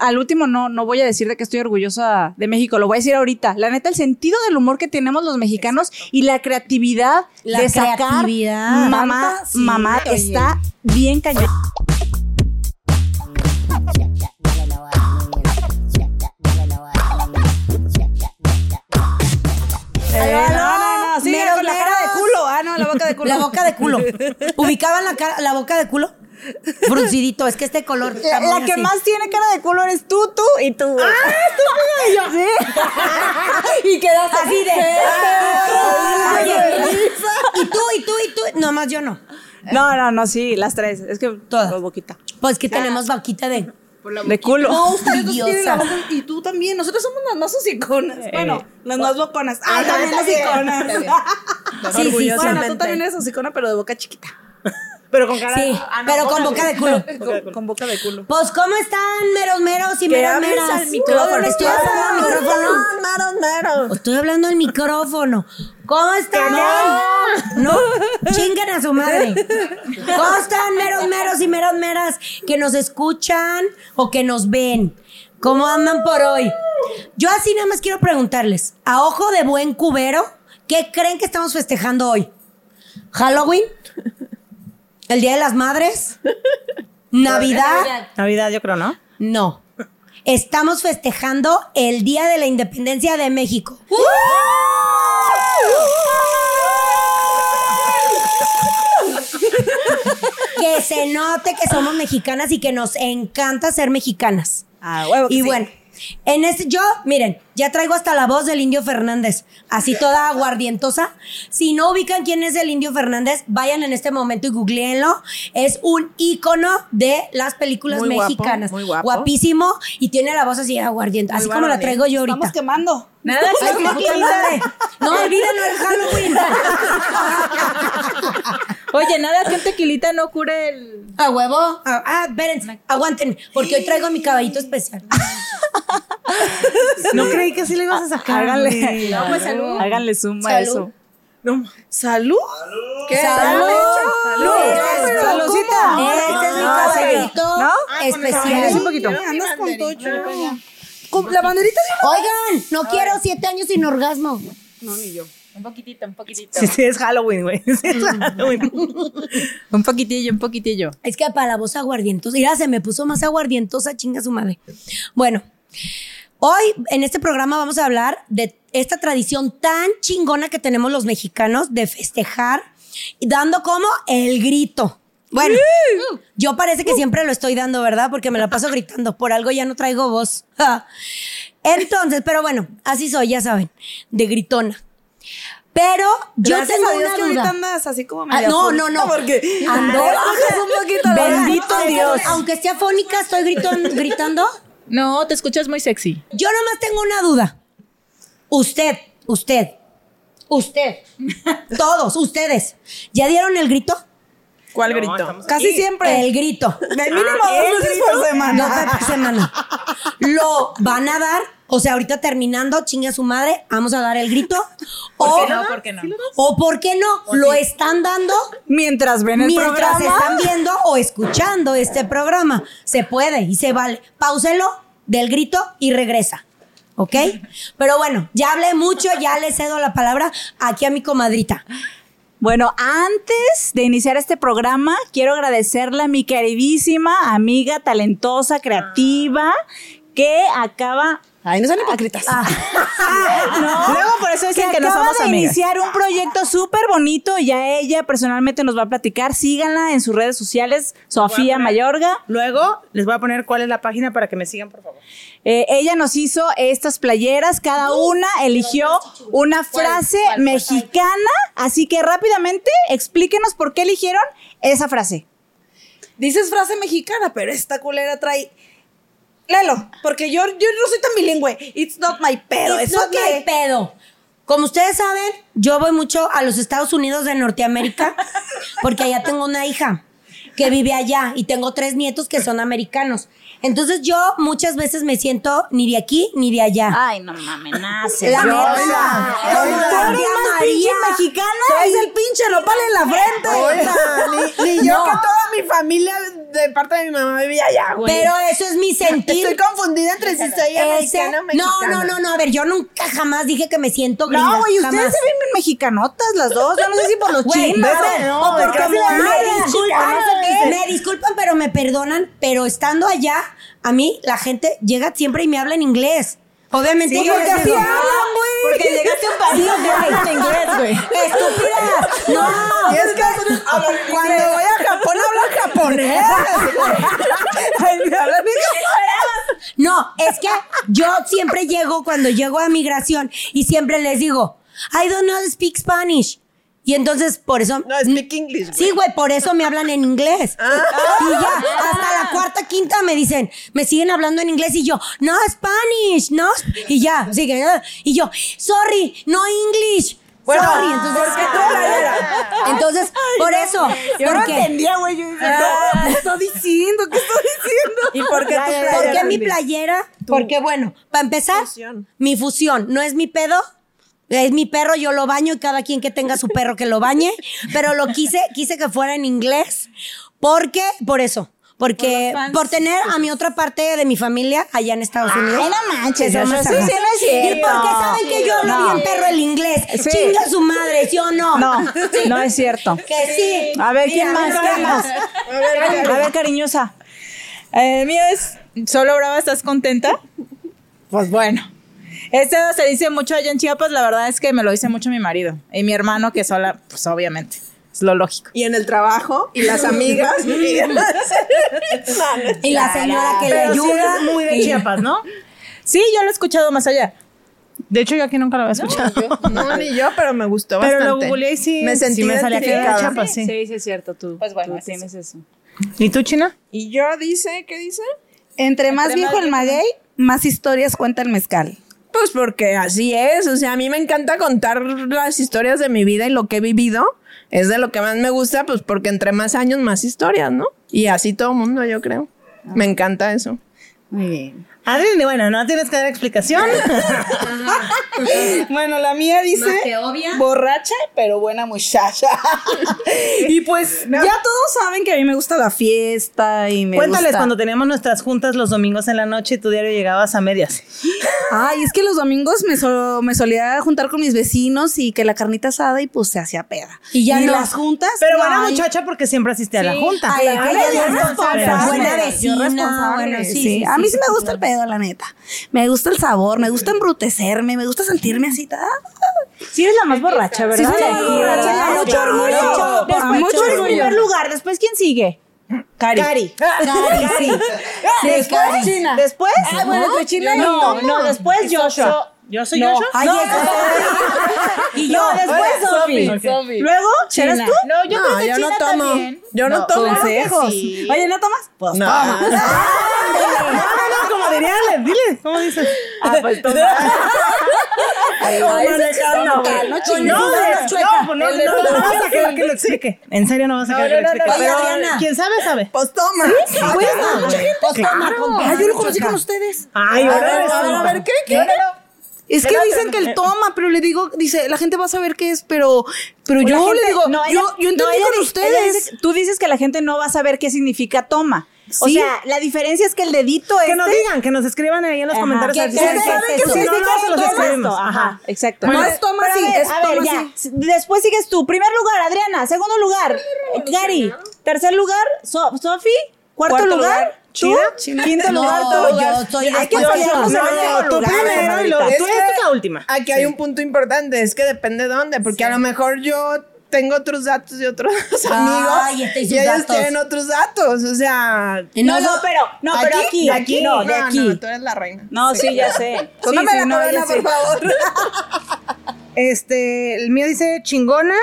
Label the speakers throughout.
Speaker 1: al último no, no voy a decir de que estoy orgullosa de México, lo voy a decir ahorita. La neta, el sentido del humor que tenemos los mexicanos y la creatividad
Speaker 2: La
Speaker 1: de sacar
Speaker 2: creatividad.
Speaker 1: mamá,
Speaker 2: Tanta, sí,
Speaker 1: mamá
Speaker 2: oye.
Speaker 1: está bien cañón.
Speaker 2: Ahí va,
Speaker 1: Eh,
Speaker 2: no,
Speaker 1: no, no, sí,
Speaker 2: meros,
Speaker 1: con la cara
Speaker 2: meros.
Speaker 1: de culo. Ah, no, la boca de culo.
Speaker 2: La boca de culo. ¿Ubicaban la, cara- la boca de culo? Fruncidito, es que este color.
Speaker 1: La,
Speaker 2: también
Speaker 1: la que
Speaker 2: así.
Speaker 1: más tiene cara de culo eres tú, tú y tú.
Speaker 2: Ah, y quedas así de. "Ah,
Speaker 1: Ay,
Speaker 2: Oye, y tú, y tú, y tú. Nomás yo no.
Speaker 1: No, no, no, sí, las tres. Es que
Speaker 2: Todas.
Speaker 1: Por boquita.
Speaker 2: Pues que tenemos vaquita de.
Speaker 1: De culo.
Speaker 2: No, ustedes dos tienen la boca-
Speaker 3: Y tú también. Nosotros somos las más hociconas.
Speaker 1: Eh, Bueno, las más boconas. Ay,
Speaker 3: Ajá,
Speaker 1: también las
Speaker 3: está bien, está
Speaker 1: iconas.
Speaker 3: bien.
Speaker 2: Sí, sí, sí.
Speaker 1: Bueno, tú también eres hocicona, pero de boca chiquita. Pero con cara
Speaker 2: Sí,
Speaker 1: ah, no,
Speaker 2: pero con boca de culo.
Speaker 1: Con, con boca de culo.
Speaker 2: Pues, ¿cómo están, meros meros y
Speaker 1: Que
Speaker 2: meros
Speaker 1: hables
Speaker 2: meras?
Speaker 1: al micrófono.
Speaker 2: Estoy hablando al micrófono. Estoy hablando al micrófono. ¿Cómo están? No, chingan a su madre. ¿Cómo están, meros meros y meros meras que nos escuchan o que nos ven? ¿Cómo andan por hoy? Yo así nada más quiero preguntarles, a ojo de buen cubero, ¿qué creen que estamos festejando hoy? ¿Halloween? ¿El Día de las Madres? ¿Navidad?
Speaker 1: Navidad, yo creo, ¿no?
Speaker 2: No. Estamos festejando el Día de la Independencia de México. Que se note que somos mexicanas y que nos encanta ser mexicanas.
Speaker 1: Ah, huevo. que
Speaker 2: Y
Speaker 1: sí.
Speaker 2: bueno, en este, yo, miren, ya traigo hasta la voz del Indio Fernández, así toda aguardientosa. Si no ubican quién es el Indio Fernández, vayan en este momento y googleenlo. Es un ícono de las películas
Speaker 1: Muy guapo,
Speaker 2: mexicanas.
Speaker 1: muy guapo.
Speaker 2: Guapísimo y tiene la voz así aguardiente, así
Speaker 1: Muy
Speaker 2: como la
Speaker 1: varonil.
Speaker 2: traigo yo ahorita.
Speaker 3: Estamos quemando.
Speaker 1: Nada,
Speaker 2: Ay, qué puta madre. No, olvídalo el Halloween.
Speaker 1: Oye, nada que un tequilita no cure el.
Speaker 2: A huevo. Ah, ah, espérense, aguanten, porque hoy traigo mi caballito especial.
Speaker 4: No creí que sí le ibas a sacar.
Speaker 1: Háganle.
Speaker 3: No, pues, salud.
Speaker 1: Háganle zoom a
Speaker 2: Ah, Salud.
Speaker 1: eso.
Speaker 3: ¿Salud? ¿Qué?
Speaker 2: ¡Salud!
Speaker 1: ¡Salud!
Speaker 2: Este-
Speaker 1: ¡Saludcita!
Speaker 2: Este es mi
Speaker 1: No,
Speaker 2: caballito
Speaker 1: ¿no?
Speaker 2: especial.
Speaker 1: un poquito.
Speaker 3: Andas con tocho. Con la banderita de
Speaker 2: Oigan, no quiero siete años sin orgasmo.
Speaker 5: Un poquitito, un poquitito.
Speaker 4: Sí, sí, es Halloween, güey. Sí, es Halloween.
Speaker 1: Un poquitillo, un poquitillo.
Speaker 2: Es que para la voz aguardientosa, mira, se me puso más aguardientosa, chinga su madre. Bueno, hoy en este programa vamos a hablar de esta tradición tan chingona que tenemos los mexicanos de festejar, dando como el grito. Bueno, yo parece que siempre lo estoy dando, ¿verdad? Porque me la paso gritando. Por algo ya no traigo voz. Entonces, pero bueno, así soy, ya saben, de gritona. Pero yo
Speaker 3: Gracias
Speaker 2: tengo
Speaker 3: a Dios
Speaker 2: una
Speaker 3: que
Speaker 2: duda.
Speaker 3: ahorita andas así como
Speaker 2: Ah,
Speaker 3: medio
Speaker 2: no,
Speaker 3: full.
Speaker 2: no, Ah, no.
Speaker 3: Porque
Speaker 2: Ando-
Speaker 3: bajas un poquito la
Speaker 2: Bendito
Speaker 3: voz.
Speaker 2: Dios. Aunque sea fónica, estoy griton- gritando.
Speaker 5: No, te escuchas muy sexy.
Speaker 2: Yo nomás tengo una duda. Usted, usted, usted, todos, ustedes, ¿ya dieron el grito?
Speaker 1: ¿Cuál
Speaker 4: No,
Speaker 1: grito?
Speaker 4: estamos- Ah,
Speaker 1: Casi siempre.
Speaker 2: El grito. Ah,
Speaker 1: De mínimo dos veces por
Speaker 2: No,
Speaker 1: semana.
Speaker 2: cada semana. Lo van a dar, o sea, ahorita terminando, chingue a su madre, vamos a dar el grito. O,
Speaker 5: ¿por qué no?
Speaker 2: o por qué no, lo están dando
Speaker 1: Mientras ven el
Speaker 2: mientras
Speaker 1: programa.
Speaker 2: están viendo o escuchando este programa. Se puede y se vale. Páuselo del grito y regresa. ¿Ok? Pero bueno, ya hablé mucho, ya le cedo la palabra aquí a mi comadrita.
Speaker 1: Bueno, antes de iniciar este programa, quiero agradecerle a mi queridísima amiga talentosa, creativa, que acaba...
Speaker 3: Ay, no son hipócritas.
Speaker 1: Luego por eso
Speaker 4: dicen que no
Speaker 1: acaba
Speaker 4: somos
Speaker 1: de
Speaker 4: amigas.
Speaker 1: iniciar un proyecto súper bonito y a ella personalmente nos va a platicar. Síganla en sus redes sociales, Sofía Mayorga.
Speaker 4: Luego les voy a poner cuál es la página para que me sigan, por favor.
Speaker 1: Eh, ella nos hizo estas playeras, cada una eligió una frase mexicana, así que rápidamente explíquenos por qué eligieron esa frase.
Speaker 3: Dices frase mexicana, pero esta culera trae. Lelo, porque yo, yo no soy tan bilingüe. It's not my pedo.
Speaker 2: It's
Speaker 3: Eso
Speaker 2: not
Speaker 3: que-
Speaker 2: my pedo. Como ustedes saben, yo voy mucho a los Estados Unidos de Norteamérica porque allá tengo una hija que vive allá y tengo tres nietos que son americanos. Entonces yo muchas veces me siento ni de aquí ni de allá.
Speaker 1: Ay, no mames, nace.
Speaker 2: La neta. Como
Speaker 3: Oiga,
Speaker 2: la
Speaker 3: eres
Speaker 2: India
Speaker 3: más
Speaker 2: María.
Speaker 3: Traes el pinche nopal en la frente. ni, ni yo
Speaker 2: No.
Speaker 3: que toda mi familia de parte de mi mamá vivía allá, güey.
Speaker 2: Pero eso es mi sentir.
Speaker 3: Estoy confundida entre si soy
Speaker 2: Ese-
Speaker 3: americana o
Speaker 2: no,
Speaker 3: mexicana.
Speaker 2: no, no, no. A ver, yo nunca jamás dije que me siento gringa.
Speaker 1: No, güey, ustedes
Speaker 2: jamás.
Speaker 1: se ven bien mexicanotas las dos. Yo no sé si por los
Speaker 2: Güey,
Speaker 1: chinos
Speaker 2: a ver,
Speaker 1: o
Speaker 2: o
Speaker 1: por
Speaker 2: porque
Speaker 1: cómo
Speaker 2: me- me
Speaker 1: hablan.
Speaker 2: disculpan,
Speaker 1: Ah, no sé qué.
Speaker 2: me disculpan, pero me perdonan, pero estando allá, a mí la gente llega siempre y me habla en inglés. Obviamente
Speaker 1: Sí,
Speaker 2: yo
Speaker 1: porque
Speaker 2: les
Speaker 1: así
Speaker 2: digo,
Speaker 1: hablan, güey.
Speaker 2: Porque llegaste a un país
Speaker 5: En inglés, güey.
Speaker 2: Estúpidas. No.
Speaker 1: Y es que cuando voy a Japón hablan japonés. Ay, me hablan bien
Speaker 2: No, es que yo siempre llego cuando llego a migración y siempre les digo, I don't know speak Spanish. Y entonces por eso
Speaker 3: No, speak English.
Speaker 2: Sí, güey, por eso me hablan en inglés.
Speaker 1: Ah.
Speaker 2: Y ya, hasta la cuarta, quinta me dicen, me siguen hablando en inglés y yo, no Spanish, no. Y ya, sigue. eh, Y yo, sorry, no English.
Speaker 3: Bueno,
Speaker 2: sorry. Entonces,
Speaker 3: ¿por qué tu playera?
Speaker 2: entonces por eso.
Speaker 1: Yo no
Speaker 2: porque, Ah.
Speaker 1: entendía, güey. Yo dije, no, ¿qué está diciendo? ¿Qué está diciendo?
Speaker 3: ¿Y por qué tu playera?
Speaker 2: ¿Por qué mi playera? Porque, bueno, para empezar,
Speaker 3: Fusión.
Speaker 2: mi fusión no es mi pedo. Es mi perro, yo lo baño y cada quien que tenga su perro que lo bañe. Pero lo quise, quise que fuera en inglés. Porque, por eso. Porque, por, tener a mi otra parte de mi familia allá en Estados Unidos.
Speaker 1: Ay, no manches,
Speaker 2: Esa
Speaker 1: eso
Speaker 2: es
Speaker 1: sí,
Speaker 2: ajá.
Speaker 1: sí, no es cierto.
Speaker 2: Y porque saben que yo hablo
Speaker 1: No.
Speaker 2: bien perro el inglés.
Speaker 1: Sí.
Speaker 2: Chinga su madre, ¿sí o no?
Speaker 1: No, no es cierto.
Speaker 2: Que sí.
Speaker 1: A ver, ¿quién
Speaker 2: Mira,
Speaker 1: más?
Speaker 2: mira.
Speaker 1: ¿Quién más? A ver, cariñosa.
Speaker 4: El mío Eh, es, solo brava, ¿estás contenta? Pues bueno. Este se dice mucho allá en Chiapas, la verdad es que me lo dice mucho mi marido y mi hermano que sola, pues obviamente, es lo lógico.
Speaker 3: Y en el trabajo, y las amigas. y demás. No, no.
Speaker 2: Y la señora que le
Speaker 4: Pero sí
Speaker 2: ayuda.
Speaker 4: es muy de Chiapas, ¿no? Sí, yo lo he escuchado más allá. De hecho, yo aquí nunca lo había escuchado.
Speaker 3: No, ni yo, pero me gustó
Speaker 4: Pero
Speaker 3: bastante.
Speaker 4: lo googleé y sí,
Speaker 3: Me sentí
Speaker 4: sí me salía que era de
Speaker 3: identificada.
Speaker 4: Chiapas, sí.
Speaker 5: sí, es cierto, tú. Pues bueno, tienes eso.
Speaker 4: ¿Y tú, China?
Speaker 3: Y yo dice, ¿qué dice?
Speaker 1: Entre más viejo el maguey, más historias cuenta el mezcal.
Speaker 3: Pues porque así es, o sea, a mí me encanta contar las historias de mi vida y lo que he vivido. Es de lo que más me gusta, pues porque entre más años, más historias, ¿no? Y así todo mundo, yo creo. Me encanta eso.
Speaker 5: Muy bien.
Speaker 4: Adri, bueno, no tienes que dar explicación.
Speaker 3: Bueno, la mía dice
Speaker 4: Borracha, pero buena muchacha.
Speaker 1: Y pues ya todos saben que a mí me gusta la fiesta y me
Speaker 4: Cuéntales
Speaker 1: gusta-
Speaker 4: cuando teníamos nuestras juntas los domingos en la noche y tu diario llegabas a medias.
Speaker 1: Ay, es que los domingos me, sol- me solía juntar con mis vecinos y que la carnita asada y pues se hacía peda.
Speaker 2: Y ya no.
Speaker 1: las juntas.
Speaker 4: Pero
Speaker 1: no,
Speaker 4: buena
Speaker 1: ay,
Speaker 4: muchacha porque siempre asiste a la junta.
Speaker 2: Ay, aquella
Speaker 1: Yo
Speaker 2: ya es
Speaker 1: responsable,
Speaker 2: responsable,
Speaker 1: yo
Speaker 2: buena vecina.
Speaker 1: responsable,
Speaker 2: Bueno, sí,
Speaker 1: sí,
Speaker 2: sí,
Speaker 1: A mí
Speaker 2: sí.
Speaker 1: sí me gusta el pedo, la neta. Me gusta el sabor, me gusta embrutecerme, me gusta sentirme así. ah,
Speaker 4: Sí, eres la más borracha,
Speaker 1: Sí, soy la
Speaker 4: Sí,
Speaker 1: borracha,
Speaker 4: ¿verdad?
Speaker 1: con mucho
Speaker 4: Claro.
Speaker 1: orgullo. Después,
Speaker 4: Mucho
Speaker 1: ¿quién es
Speaker 4: orgullo.
Speaker 1: primer lugar? Después, ¿quién sigue? Cari. Cari. Cari, sí. Después, China. Después. Ah, bueno, entre China
Speaker 4: No,
Speaker 1: no, no, después Joshua.
Speaker 4: Yo soy
Speaker 1: No.
Speaker 4: Joshua.
Speaker 1: Ay,
Speaker 4: No,
Speaker 1: eso- Y yo, después Sofi.
Speaker 5: Sofi.
Speaker 1: Luego, ¿eres tú?
Speaker 4: No, yo creo que
Speaker 3: yo
Speaker 4: China
Speaker 3: no tomo.
Speaker 4: también.
Speaker 3: Yo no, tomo.
Speaker 1: Consejos. Oye, ¿no tomas? Pues
Speaker 3: No.
Speaker 4: No, no, no, como diría Alex, dile. ¿Cómo dices? Ah, pues toma.
Speaker 1: no, no, chingues.
Speaker 4: No, no, pues no, no, no vas a querer que lo explique. En serio no vas a querer que lo explique.
Speaker 2: no,
Speaker 4: Pero
Speaker 2: no. Oye, Adriana.
Speaker 4: quien sabe, sabe.
Speaker 3: Pues toma. Pues
Speaker 2: Ah,
Speaker 1: Ay, yo lo conocí con ustedes.
Speaker 4: Ay,
Speaker 3: A ver, a ver, a ver, ¿qué, qué?
Speaker 1: Es que dicen que él toma, pero le digo, dice, la gente va a saber qué es, pero, pero yo le digo, yo, yo entendí con ustedes. tú dices que la gente no va a saber qué significa toma. O sea, la diferencia es que el dedito este es.
Speaker 4: Que
Speaker 2: ¿Este?
Speaker 4: nos digan, que nos escriban ahí en los comentarios.
Speaker 1: ¿Qué-
Speaker 4: a ver
Speaker 1: qué-
Speaker 4: saben
Speaker 1: qué
Speaker 4: qué
Speaker 1: es
Speaker 4: es, Si
Speaker 1: eso?
Speaker 4: no, no se los
Speaker 1: Toma
Speaker 4: escribimos.
Speaker 1: esto.
Speaker 4: Ajá.
Speaker 1: exacto.
Speaker 4: Bueno,
Speaker 1: no es toma
Speaker 4: pero a
Speaker 1: así,
Speaker 4: ver,
Speaker 1: es
Speaker 4: a
Speaker 1: toma
Speaker 4: ver, ya.
Speaker 1: así. Después sigues tú. Primer lugar, Adriana. Segundo lugar, Gary. Tercer lugar, So- Sofi. Cuarto,
Speaker 4: Cuarto
Speaker 1: lugar,
Speaker 4: lugar,
Speaker 1: tú.
Speaker 4: China.
Speaker 1: Quinto
Speaker 2: No,
Speaker 1: lugar, tú.
Speaker 2: yo soy
Speaker 1: Hay que
Speaker 2: la cuarta.
Speaker 1: pelearnos en
Speaker 4: No,
Speaker 1: el último
Speaker 4: tú
Speaker 1: lugar,
Speaker 4: primero y luego
Speaker 1: Margarita.
Speaker 4: tú. Esta es la última.
Speaker 3: Aquí hay un punto importante, es que depende de dónde, porque a lo mejor yo tengo otros datos de otros amigos
Speaker 2: Ay, este y sus
Speaker 3: ellos
Speaker 2: datos.
Speaker 3: tienen otros datos, o sea...
Speaker 2: Y
Speaker 1: No,
Speaker 2: no-
Speaker 1: no, pero, no, pero aquí, aquí, no, de
Speaker 3: No,
Speaker 1: aquí.
Speaker 3: tú eres la reina.
Speaker 1: No, sí, ya sé.
Speaker 3: Pues
Speaker 1: Sí,
Speaker 3: no me
Speaker 1: sí,
Speaker 3: la
Speaker 1: no, ya
Speaker 3: corona,
Speaker 1: sé.
Speaker 3: por favor.
Speaker 4: Este, el mío dice chingona,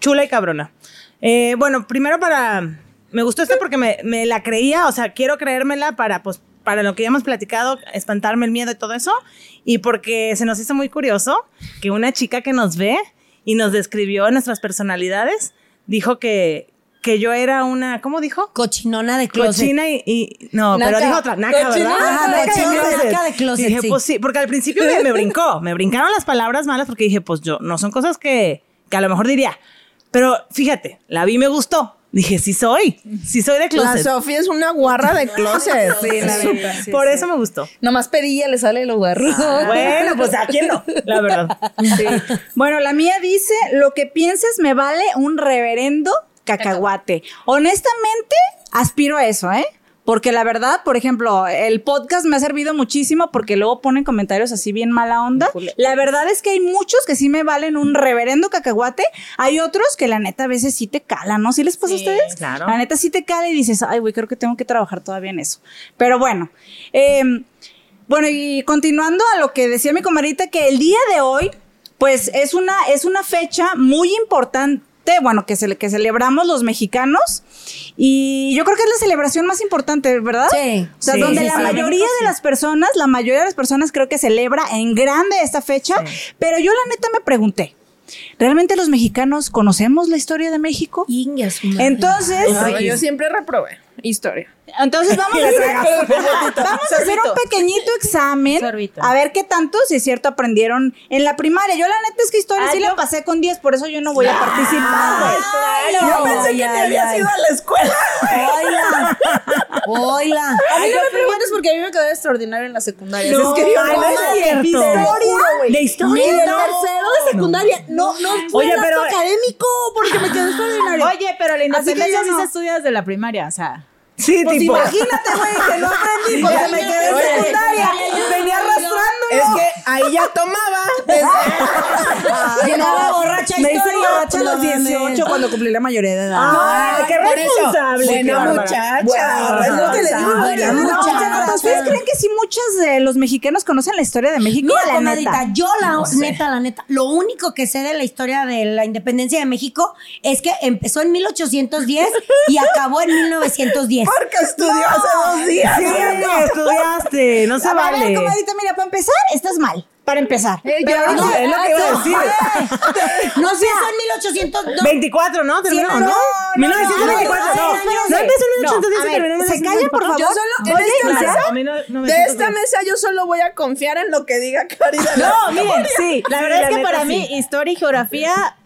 Speaker 4: chula y cabrona. Eh, bueno, primero para. Me gustó esta porque me, me la creía, o sea, quiero creérmela para, pues, para lo que ya hemos platicado, espantarme el miedo y todo eso. Y porque se nos hizo muy curioso que una chica que nos ve y nos describió nuestras personalidades dijo que, que yo era una. ¿Cómo dijo?
Speaker 2: Cochinona de closet.
Speaker 4: Cochina y, y- no,
Speaker 3: Naca.
Speaker 4: pero dijo otra, naca,
Speaker 3: Cochina,
Speaker 4: ¿verdad?
Speaker 2: Ajá,
Speaker 4: Naca
Speaker 2: cochina,
Speaker 4: de closet.
Speaker 2: naca de closet,
Speaker 4: Dije,
Speaker 2: sí.
Speaker 4: pues sí, porque al principio me, me brincó, me brincaron las palabras malas porque dije, pues yo, no son cosas que, que a lo mejor diría. Pero fíjate, la vi y me gustó. Dije, sí soy, sí soy de
Speaker 3: La
Speaker 4: closet.
Speaker 3: Sofía es una guarra de closet.
Speaker 4: Sí, la neta, sí, Por eso me gustó.
Speaker 5: Nomás perilla le sale lo barro.
Speaker 1: Ah,
Speaker 4: Bueno, pues a quién no, la verdad.
Speaker 1: Bueno, la mía dice, lo que pienses me vale un reverendo cacahuate. Honestamente, aspiro a eso, ¿eh? Porque la verdad, por ejemplo, el podcast me ha servido muchísimo porque luego ponen comentarios así bien mala onda. La verdad es que hay muchos que sí me valen un reverendo cacahuate. Hay otros que la neta a veces sí te calan, ¿no? ¿Sí les pasa a ustedes?
Speaker 4: claro.
Speaker 1: La neta sí te cala y dices, ay, güey, creo que tengo que trabajar todavía en eso. Pero bueno, em, bueno, y continuando a lo que decía mi comadrita, que el día de hoy, pues es una, es una fecha muy importante, bueno, que, cele- que celebramos los mexicanos. Y yo creo que es la celebración más importante, ¿verdad?
Speaker 2: Sí.
Speaker 1: O sea,
Speaker 4: Sí,
Speaker 1: donde
Speaker 4: sí,
Speaker 1: la
Speaker 4: sí.
Speaker 1: mayoría de las personas, la mayoría de las personas creo que celebra en grande esta fecha. Pero yo la neta me pregunté, ¿realmente los mexicanos conocemos la historia de México?
Speaker 2: Inga su madre.
Speaker 1: Entonces,
Speaker 3: No, yo siempre reprobé historia.
Speaker 1: entonces vamos a hacer, vamos a hacer un pequeñito examen.
Speaker 5: Sorbito.
Speaker 1: A ver qué tanto, si es cierto, aprendieron en la primaria. Ah, Yo Ah, la neta es que historia sí la pasé con 10, por eso yo no voy a participar. güey.
Speaker 2: Yo pensé que te habías ido a la escuela. Oila. Oila.
Speaker 5: A mí no me preguntes porque a mí me quedó extraordinario en la secundaria.
Speaker 4: No,
Speaker 5: Es que yo,
Speaker 4: ay, no es
Speaker 5: mames,
Speaker 4: cierto.
Speaker 5: te juro, güey.
Speaker 4: De historia,
Speaker 5: Ni en
Speaker 4: no.
Speaker 5: tercero de secundaria. No, no, fue
Speaker 4: Oye,
Speaker 5: el
Speaker 4: pero- eh,
Speaker 5: acto académico porque me quedó extraordinario.
Speaker 1: Oye, pero la
Speaker 5: Así que
Speaker 1: independencia
Speaker 5: ya
Speaker 1: sí
Speaker 5: no.
Speaker 1: se-
Speaker 5: estudias de la primaria, o sea.
Speaker 4: Sí,
Speaker 5: Pues
Speaker 4: tipo.
Speaker 5: imagínate, güey, que no aprendí porque me quedé en
Speaker 3: Oye.
Speaker 5: secundaria. Venía arrastrando.
Speaker 3: Es que ahí ya tomaba. desde-
Speaker 2: Llegaba borracha
Speaker 5: Me hice
Speaker 2: historia.
Speaker 5: borracha a
Speaker 2: No
Speaker 5: los
Speaker 2: mames.
Speaker 5: 18 cuando cumplí la mayoría de edad.
Speaker 4: Ay, qué
Speaker 3: por eso.
Speaker 4: responsable. qué
Speaker 3: Buena
Speaker 4: bárbara.
Speaker 3: muchacha.
Speaker 5: Bueno,
Speaker 1: Ah, pues,
Speaker 3: es lo que le digo,
Speaker 5: bueno,
Speaker 3: buena
Speaker 5: bueno,
Speaker 3: muchacha.
Speaker 5: muchacha.
Speaker 1: ¿Ustedes creen que sí muchos de los mexicanos conocen la historia de México?
Speaker 2: Mira,
Speaker 1: la
Speaker 2: comadrita,
Speaker 1: neta.
Speaker 2: yo la neta, la neta, lo único que sé de la historia de la independencia de México es que empezó en 1810 y acabó en 1910.
Speaker 3: Porque estudió hace dos días.
Speaker 4: Sí, estudiaste, no se
Speaker 1: A ver,
Speaker 4: vale.
Speaker 1: comadrita, mira, para empezar, estás mal. Para empezar.
Speaker 3: Yo no sé, es lo que iba a decir.
Speaker 2: No sé, son 1802.
Speaker 4: 24, ¿no? ¿Terminó
Speaker 2: Sí,
Speaker 4: o no?
Speaker 2: no, no,
Speaker 4: 1924, no.
Speaker 2: no,
Speaker 4: No
Speaker 2: no, no,
Speaker 4: empezó en
Speaker 2: no,
Speaker 4: 1810
Speaker 2: a
Speaker 4: y
Speaker 2: ver,
Speaker 4: terminó en
Speaker 2: se calla, por
Speaker 4: 1924.
Speaker 2: favor.
Speaker 3: Yo solo, en esta mesa, de esta mesa yo solo voy a confiar en lo que diga Caridad.
Speaker 5: No, miren, sí. La verdad es que
Speaker 4: neta,
Speaker 5: para
Speaker 4: sí.
Speaker 5: mí, historia y geografía,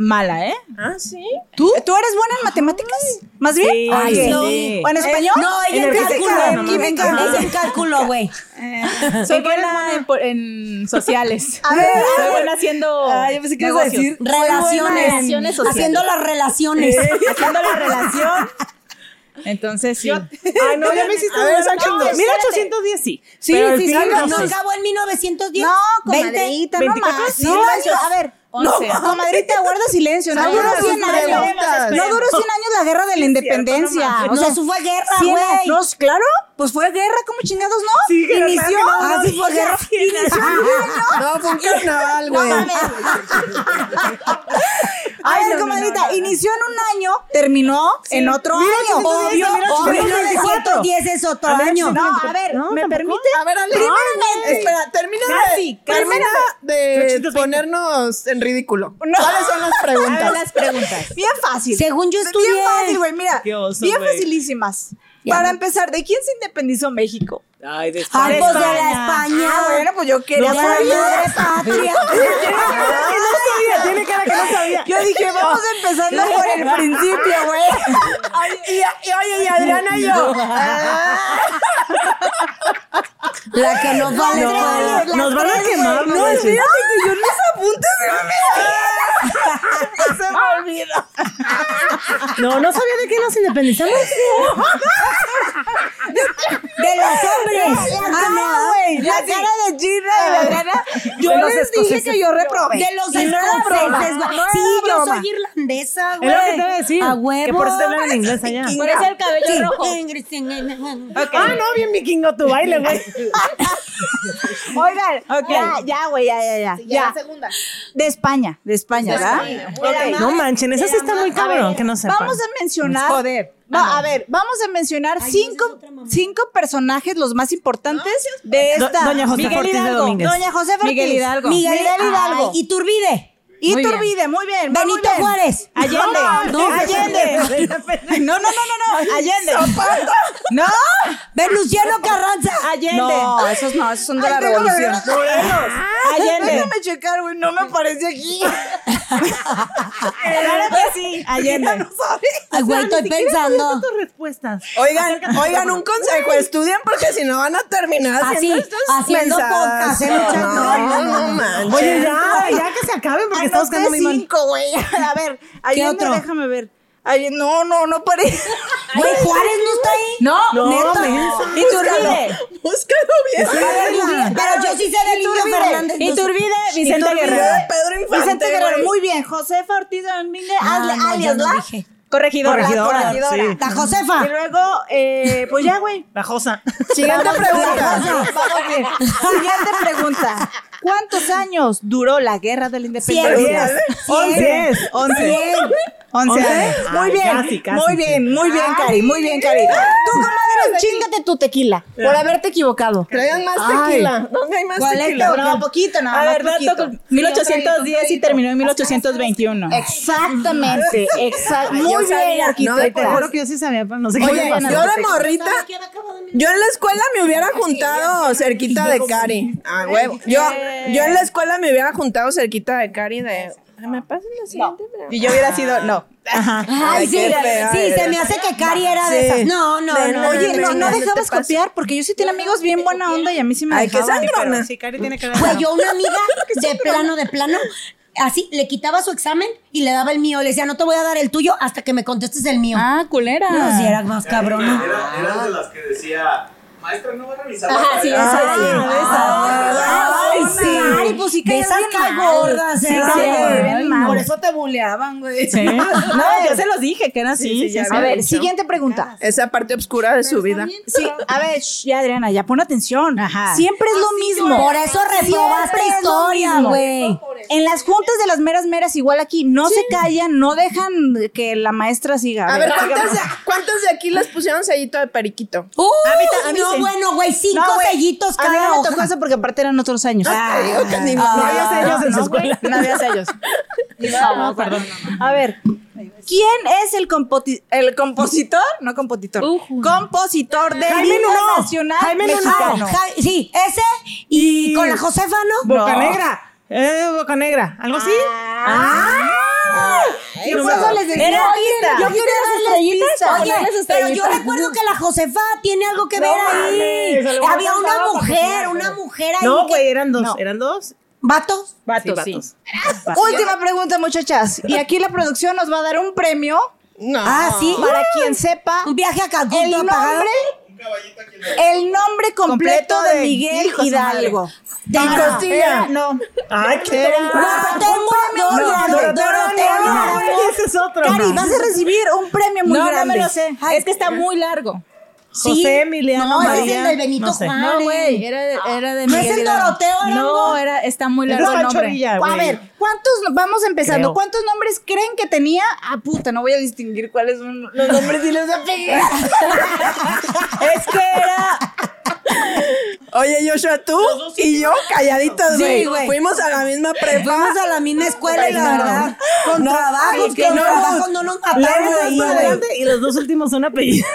Speaker 5: mala, ¿eh?
Speaker 3: Ah, sí.
Speaker 1: ¿Tú? ¿Tú eres buena en matemáticas? ¿Más bien?
Speaker 4: Sí.
Speaker 1: Ay,
Speaker 4: Sí.
Speaker 1: no. ¿O en español?
Speaker 2: No, ella en
Speaker 4: arquitectura,
Speaker 2: cálculo,
Speaker 4: no
Speaker 2: en
Speaker 4: mames.
Speaker 2: química, ella en cálculo, güey.
Speaker 5: Soy buena en, por- en sociales.
Speaker 1: A ver,
Speaker 5: Soy buena haciendo.
Speaker 4: Ah, yo pensé que ibas a
Speaker 5: negocios.
Speaker 4: decir,
Speaker 2: Relaciones.
Speaker 5: Relaciones sociales.
Speaker 2: Haciendo las relaciones.
Speaker 5: Haciendo la relación. Entonces, sí.
Speaker 4: Ay, no, ya me hiciste
Speaker 3: A ver,
Speaker 4: dudar
Speaker 3: sáquenlo.
Speaker 4: chingo.
Speaker 3: No, espérate.
Speaker 4: 1810 sí.
Speaker 2: Sí,
Speaker 4: Pero el
Speaker 2: sí, sí,
Speaker 4: fin,
Speaker 2: no, no
Speaker 4: sé.
Speaker 2: acabó en 1910.
Speaker 1: No,
Speaker 2: Veinte-
Speaker 1: comadrita, no
Speaker 4: 24,
Speaker 1: más.
Speaker 4: sí,
Speaker 1: No,
Speaker 4: manches.
Speaker 1: digo, a ver,
Speaker 5: Once.
Speaker 1: no, comadrita, guarda silencio. No
Speaker 3: Ay,
Speaker 1: duró
Speaker 3: no,
Speaker 1: 100
Speaker 3: sus
Speaker 1: años.
Speaker 3: preguntas.
Speaker 1: No duró 100 años la guerra de la independencia.
Speaker 2: O sea, eso fue guerra,
Speaker 1: cien
Speaker 2: güey.
Speaker 1: años, claro, pues fue guerra, ¿cómo chingados no?
Speaker 4: Sí, que
Speaker 1: Inició,
Speaker 4: claro que no,
Speaker 1: ah,
Speaker 4: no,
Speaker 1: sí fue guerra. Inició.
Speaker 4: Ah,
Speaker 3: No, fue un carnaval, güey.
Speaker 1: A ver, comadrita, inició en un año, terminó en otro año.
Speaker 4: 1810,
Speaker 1: Obvio, obvio,
Speaker 4: 1824.
Speaker 2: 1910 es otro
Speaker 4: A ver,
Speaker 2: año.
Speaker 4: sí,
Speaker 1: No, a ver,
Speaker 4: No,
Speaker 1: ¿me
Speaker 4: tampoco.
Speaker 1: permite?
Speaker 3: A ver, Ale.
Speaker 1: Primeramente.
Speaker 3: Espera, termina
Speaker 4: Casi,
Speaker 3: de,
Speaker 4: casi.
Speaker 3: termina de
Speaker 4: 820.
Speaker 3: ponernos en ridículo.
Speaker 1: No.
Speaker 3: ¿Cuáles son las
Speaker 5: A ver
Speaker 3: preguntas?
Speaker 5: las preguntas.
Speaker 1: Bien fácil.
Speaker 2: Según yo estudié.
Speaker 1: Bien fácil, güey, mira.
Speaker 4: Qué oso,
Speaker 1: bien
Speaker 4: güey.
Speaker 1: facilísimas. Para empezar, ¿de quién se independizó México?
Speaker 4: Ay, de
Speaker 2: Ah, pues de la
Speaker 5: España.
Speaker 2: España.
Speaker 1: Ah, bueno, pues yo
Speaker 2: De
Speaker 1: quería
Speaker 2: la madre patria.
Speaker 4: sabía, tiene cara que no sabía.
Speaker 1: Yo dije, vamos empezando por el principio, güey.
Speaker 3: Ay, y, y- oye, y Adriana y yo.
Speaker 2: La que nos vale.
Speaker 4: No,
Speaker 2: madre. La
Speaker 4: nos van a
Speaker 2: tres,
Speaker 4: quemar,
Speaker 2: güey.
Speaker 4: no,
Speaker 2: No,
Speaker 4: sí.
Speaker 2: que yo en mis apuntes
Speaker 1: Se me olvidó.
Speaker 4: No, no sabía de qué nos independizamos.
Speaker 2: de los hombres. Ah, no.
Speaker 1: güey. La cara de Gina y la Adriana. Yo
Speaker 4: De los
Speaker 1: les dije
Speaker 4: escoceses.
Speaker 1: que yo reprobé.
Speaker 2: De los
Speaker 1: Y no era broma.
Speaker 2: escoceses, güey.
Speaker 1: No era
Speaker 2: Sí, yo
Speaker 1: broma.
Speaker 2: soy irlandesa,
Speaker 4: Es
Speaker 2: güey.
Speaker 4: lo que te iba a decir.
Speaker 2: A huevo.
Speaker 4: Que por eso te hablan en inglés allá.
Speaker 5: Por eso el cabello
Speaker 2: Sí.
Speaker 5: rojo.
Speaker 4: Ah, no, bien vikingo tu baile, güey.
Speaker 1: Oigan, ya, ya, güey, ya, ya, ya. ya.
Speaker 5: segunda.
Speaker 1: De España, de España, ¿verdad? Ok.
Speaker 4: No manchen, esa sí está muy cabrón, que no sepan.
Speaker 1: Vamos a mencionar. Va, a ver, vamos a mencionar cinco, cinco personajes los más importantes de
Speaker 4: Do-
Speaker 1: esta.
Speaker 4: Doña José
Speaker 5: Miguel
Speaker 4: Ortiz de
Speaker 5: Hidalgo.
Speaker 4: Domínguez.
Speaker 1: Doña José Ortiz.
Speaker 5: Miguel Hidalgo.
Speaker 1: Miguel, Hidalgo.
Speaker 2: Ay, Iturbide.
Speaker 5: Muy
Speaker 1: Iturbide, muy bien. va muy
Speaker 2: Benito
Speaker 1: bien.
Speaker 2: Juárez.
Speaker 1: Allende.
Speaker 2: No,
Speaker 1: Allende. No, no, no, no, no. Allende. No.
Speaker 2: Venustiano Carranza.
Speaker 5: Allende.
Speaker 1: No, esos no, esos son de la
Speaker 5: tengo
Speaker 1: revolución.
Speaker 5: Allende.
Speaker 1: Déjame checar, güey, no me aparece aquí.
Speaker 4: claro que sí, Allende.
Speaker 2: no Ay, güey, estoy pensando.
Speaker 4: tus respuestas.
Speaker 3: Oigan, oigan, un consejo, estudien porque si no van a terminar
Speaker 2: Así,
Speaker 3: haciendo estas
Speaker 2: haciendo
Speaker 3: mensadas.
Speaker 2: podcast, ¿eh, muchachos?
Speaker 3: No, no, no manches.
Speaker 4: Oye, ya, ya que se acaben porque está buscando mi mano.
Speaker 2: Ah, cinco, güey.
Speaker 4: A ver, Allende,
Speaker 2: otro?
Speaker 4: déjame ver. Ay, no, no, no parece.
Speaker 2: Güey, Juárez no está ahí.
Speaker 1: No,
Speaker 4: No,
Speaker 2: Neta.
Speaker 4: mensa.
Speaker 1: Iturbide.
Speaker 3: Búscalo bien.
Speaker 2: Pero yo sí sé del Indio Fernández. no sé.
Speaker 1: Iturbide, Vicente
Speaker 4: Iturbide.
Speaker 1: Guerrero.
Speaker 3: ¿eh? Pedro Infante.
Speaker 1: Vicente Guerrero,
Speaker 3: güey.
Speaker 1: muy bien. Josefa Ortiz Domínguez,
Speaker 2: Ah,
Speaker 1: hazle
Speaker 2: no, ya
Speaker 1: alias,
Speaker 2: lo
Speaker 1: ¿la?
Speaker 2: dije.
Speaker 1: Corregidora.
Speaker 4: Corregidora, sí.
Speaker 2: La Josefa.
Speaker 1: Y luego, eh, pues ya, güey.
Speaker 4: La Josa.
Speaker 3: Siguiente pregunta.
Speaker 1: Vamos bien. Siguiente pregunta. ¿Cuántos años duró la guerra de la independencia?
Speaker 2: Cien.
Speaker 4: Once es.
Speaker 1: Once. Once Ah,
Speaker 4: Once.
Speaker 1: años. Muy
Speaker 4: Ay,
Speaker 1: bien.
Speaker 4: casi, casi,
Speaker 1: muy bien, muy bien, Cari. Muy bien, Cari.
Speaker 2: Tú, comadre, chingate tu tequila por haberte equivocado.
Speaker 3: Traigan más tequila. ¿Dónde hay más
Speaker 2: ¿Cuál es
Speaker 3: tequila?
Speaker 2: tu-
Speaker 1: No, poquito, nada
Speaker 4: A
Speaker 1: más
Speaker 4: ver, dato
Speaker 1: poquito.
Speaker 4: con-
Speaker 1: 1810 y terminó en 1821.
Speaker 2: Exactamente. Exacto.
Speaker 3: Ay,
Speaker 2: Muy
Speaker 3: yo sabía.
Speaker 2: bien,
Speaker 3: No, de
Speaker 4: Te
Speaker 3: Pues.
Speaker 2: arquitecta.
Speaker 4: juro que yo sí sabía, pero no sé
Speaker 3: Oye,
Speaker 4: qué me
Speaker 3: yo de morrita, yo en la escuela me hubiera juntado cerquita de Cari. Ah, huevo. Yo, yo en la escuela me hubiera juntado cerquita de Cari de. ¿Me pasan la siguiente?
Speaker 1: Y yo hubiera sido, no.
Speaker 2: Ay,
Speaker 3: Ay,
Speaker 2: sí,
Speaker 3: qué fea
Speaker 2: sí,
Speaker 3: eres.
Speaker 2: se me hace que Cari era
Speaker 3: Sí.
Speaker 2: de esas. No, no,
Speaker 3: De-
Speaker 2: no.
Speaker 3: Oye, no, no te
Speaker 1: dejabas
Speaker 3: pases.
Speaker 1: copiar porque yo sí tenía amigos bien buena onda y a mí sí me
Speaker 3: Ay, qué
Speaker 1: dejaban.
Speaker 3: sangrona.
Speaker 4: Sí, Cari tiene que ver.
Speaker 2: Güey, yo una amiga de plano, de plano, así, le quitaba su examen y le daba el mío. Le decía, no te voy a dar el tuyo hasta que me contestes el mío.
Speaker 1: Ah, culera.
Speaker 2: No, si era más cabrón.
Speaker 6: Era, era de las que decía, maestra, no va a revisar. la
Speaker 2: Ajá, sí,
Speaker 6: tarea".
Speaker 2: esa era yo.
Speaker 3: Ay,
Speaker 2: Ay,
Speaker 3: sí.
Speaker 2: sí. Ay, pues sí,
Speaker 1: De
Speaker 2: que
Speaker 1: esas cae gordas, ¿eh?
Speaker 2: cae
Speaker 1: Sí,
Speaker 2: gordas.
Speaker 1: bien mal.
Speaker 2: Por eso te buleaban, güey.
Speaker 1: Sí. No, yo se los dije que era así.
Speaker 3: sí, ya
Speaker 1: a
Speaker 3: había
Speaker 1: ver,
Speaker 3: dicho.
Speaker 1: siguiente pregunta.
Speaker 3: Esa parte oscura de su vida.
Speaker 1: Sí, a ver, shh, ya Adriana, ya pon atención.
Speaker 7: Ajá.
Speaker 1: Siempre es lo mismo.
Speaker 2: Por eso reprobaste
Speaker 1: Siempre es lo
Speaker 2: historia,
Speaker 1: mismo.
Speaker 2: güey.
Speaker 1: En las juntas de las meras meras, igual aquí, no se callan, no dejan que la maestra siga.
Speaker 3: A ver, ¿cuántas
Speaker 1: sigamos.
Speaker 3: de, cuántas de aquí les pusieron sellito de periquito?
Speaker 2: Uh,
Speaker 1: a mí
Speaker 2: no,
Speaker 1: sí.
Speaker 2: bueno, güey, cinco
Speaker 1: No, güey,
Speaker 2: sellitos
Speaker 1: A mí
Speaker 2: cada
Speaker 1: no me
Speaker 2: hoja.
Speaker 1: tocó eso porque aparte eran otros años.
Speaker 3: Te digo que ni-
Speaker 4: No había sellos en su escuela.
Speaker 1: No había sellos. No, perdón. A ver, ¿quién es el, compoti- el compositor? No compositor.
Speaker 2: Uh,
Speaker 1: Compositor del
Speaker 4: Jaime
Speaker 1: himno
Speaker 4: Nuno.
Speaker 1: nacional
Speaker 4: Jaime Nuno.
Speaker 1: mexicano.
Speaker 2: Ah, ja- sí, ese y,
Speaker 4: Y-
Speaker 2: con la Josefa, ¿no?
Speaker 4: Boca Negra. Eh, Boca Negra. ¿Algo así?
Speaker 2: Yo por eso les decía,
Speaker 1: Era
Speaker 2: oye,
Speaker 1: pista.
Speaker 2: yo
Speaker 1: ¿Sí
Speaker 2: quiero
Speaker 1: tiene
Speaker 2: darle
Speaker 1: las estrellitas?
Speaker 2: pistas.
Speaker 1: ¿O
Speaker 2: Oye,
Speaker 1: tiene las
Speaker 2: pero yo
Speaker 1: estrellitas?
Speaker 2: recuerdo que la Josefa tiene algo que ver ahí.
Speaker 4: mames, a lo mejor
Speaker 2: Había una
Speaker 4: cantaba
Speaker 2: mujer,
Speaker 4: patrocinada,
Speaker 2: una
Speaker 4: pero-
Speaker 2: mujer ahí.
Speaker 4: No,
Speaker 2: que-
Speaker 4: güey, eran dos. ¿Eran dos?
Speaker 2: ¿Vato?
Speaker 4: Vatos,
Speaker 1: sí.
Speaker 4: vatos.
Speaker 1: Última pregunta, muchachas. Y aquí la producción nos va a dar un premio
Speaker 3: No.
Speaker 2: Ah, sí.
Speaker 1: para quien sepa
Speaker 2: Un viaje a Cancún
Speaker 1: el
Speaker 2: todo apagado.
Speaker 1: nombre,
Speaker 6: Un caballito aquí en la-
Speaker 1: el nombre completo,
Speaker 4: Completo
Speaker 1: de
Speaker 4: de-
Speaker 1: Miguel
Speaker 4: Hijo de su madre.
Speaker 1: Hidalgo.
Speaker 2: De
Speaker 3: Y
Speaker 2: Dora-
Speaker 3: costilla.
Speaker 4: Ah, No. Ay, qué
Speaker 2: No, pero tengo Dora- Dora- Dorotea Mora.
Speaker 4: Ay, ese es otro.
Speaker 1: Cari, vas a recibir un premio muy
Speaker 2: No, no
Speaker 1: grande.
Speaker 2: me lo sé.
Speaker 1: Es que está muy largo.
Speaker 4: José
Speaker 2: Sí.
Speaker 4: Emiliano
Speaker 2: No, ese es
Speaker 4: María,
Speaker 2: el del Benito
Speaker 4: no sé.
Speaker 2: Juárez.
Speaker 1: No, güey, era, era de
Speaker 2: ¿No es
Speaker 1: Miguel
Speaker 2: el
Speaker 1: Hidalgo.
Speaker 2: Doroteo Arango?
Speaker 1: No, era, está muy
Speaker 4: Ese
Speaker 1: largo
Speaker 4: es
Speaker 1: el nombre.
Speaker 4: Pancho Villa,
Speaker 1: a
Speaker 4: güey.
Speaker 1: ver, ¿cuántos, vamos empezando,
Speaker 4: Creo.
Speaker 1: ¿cuántos nombres creen que tenía? Ah, puta, no voy a distinguir cuáles son los nombres y los apellidos. es que era...
Speaker 3: Oye, Joshua, tú y yo calladitos, güey.
Speaker 2: güey.
Speaker 3: Fuimos a la misma prepa.
Speaker 2: Fuimos a la misma escuela y la verdad, con
Speaker 3: No,
Speaker 2: trabajos,
Speaker 3: sí, que
Speaker 2: con
Speaker 3: no.
Speaker 2: trabajos no nos mataron
Speaker 4: Léelos
Speaker 2: ahí,
Speaker 4: más
Speaker 2: güey.
Speaker 4: adelante y los dos últimos son apellidos.